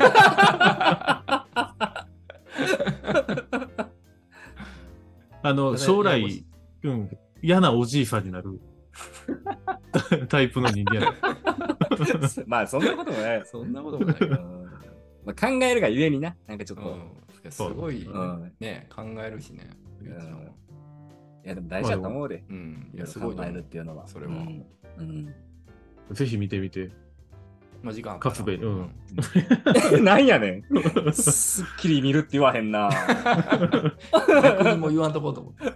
C: あの、将
B: ややこし
C: 来
B: い、
C: うん、嫌なおじいさんになるタイプの人間や
A: まあ、そんなこともない。
B: そんなこともないけ
A: う
B: ど
A: んまあ、考えるがゆえにな、なんかちょっと。
B: うん、すごい、
A: うん
B: ね考えるしね。ゆうちゃんはい
A: や、でも大事だと思うで。
B: うん、
A: い
B: い
A: ろ
B: や
A: い
B: す
A: ろ
B: ごいと
A: 考え
B: 思
A: るっ
B: う。
A: ていうのは。
B: それは
A: うん。うん
C: ぜひ見てみて。
B: まあ、時間あったな
C: 勝部うん
A: なん やねん。すっきり見るって言わへん な。
B: 逆にもう言わんとこうと思って。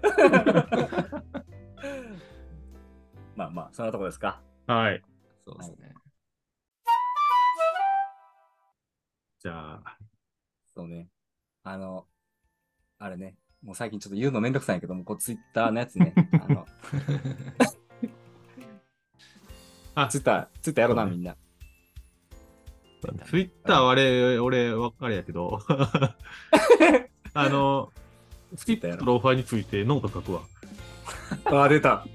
A: まあまあ、そんなとこですか。
C: はい。
B: そうですね。
C: じゃあ、
A: そうね。あの、あれね、もう最近ちょっと言うのめんどくさいんやけども、こうツイッターのやつね。あ の、
C: あ
A: ツイッター、ツイッターやろうな、
C: そうね
A: みんな。
C: ツイッターはあれ、俺、わかるやけど。あの、スキップとローファーについてノート書くわ。
A: ああ、出た。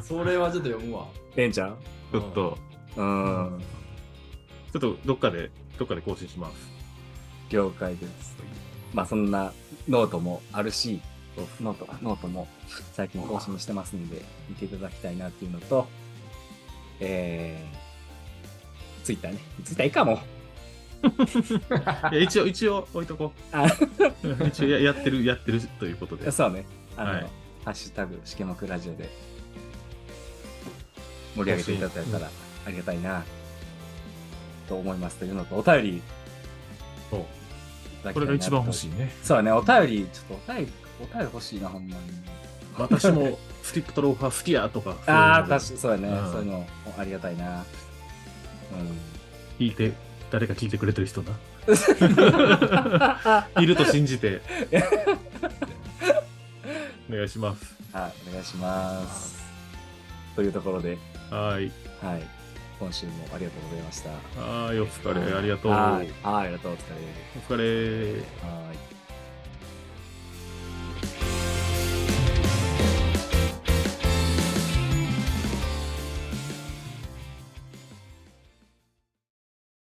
B: それはちょっと読むわ。
A: ええんちゃん
C: ちょっと、
A: うん。
C: ちょっとどっかで、どっかで更新します。
A: 了解です。まあそんなノートもあるし、ノート、ノートも最近更新してますんで、見ていただきたいなっていうのと、えー、ツイッターね。ツイッターいいかもう。
C: いや一応、一応置いとこ
A: あ
C: う。一応ややってる、やってるということで。
A: そうね。あの、
C: はい
A: ハッシュタグ、しけまくラジオで盛り上げていただいたらありがたいな、と思いますというのと、お便り、
C: そう
A: いただきたいなと
C: これが一番欲しいね。
A: そうだね、お便り、ちょっとお便り、お便り欲しいな、ほんまに。
C: 私もスキップとローファー好きやと か、
A: ああ、確か
C: か
A: にそうやね、
C: うん
A: そういうのありがたいな。
C: 聞いて、誰か聞いてくれてる人な。
A: はい
C: ると信じ て。お願いします。
A: い、お願いします。というところで、
C: はい。
A: はい、今週もありがとうございました。
C: はい、お疲れ。ありがとう。
A: はい、はいありがとう、お疲れ。
C: お疲れ。
A: はい。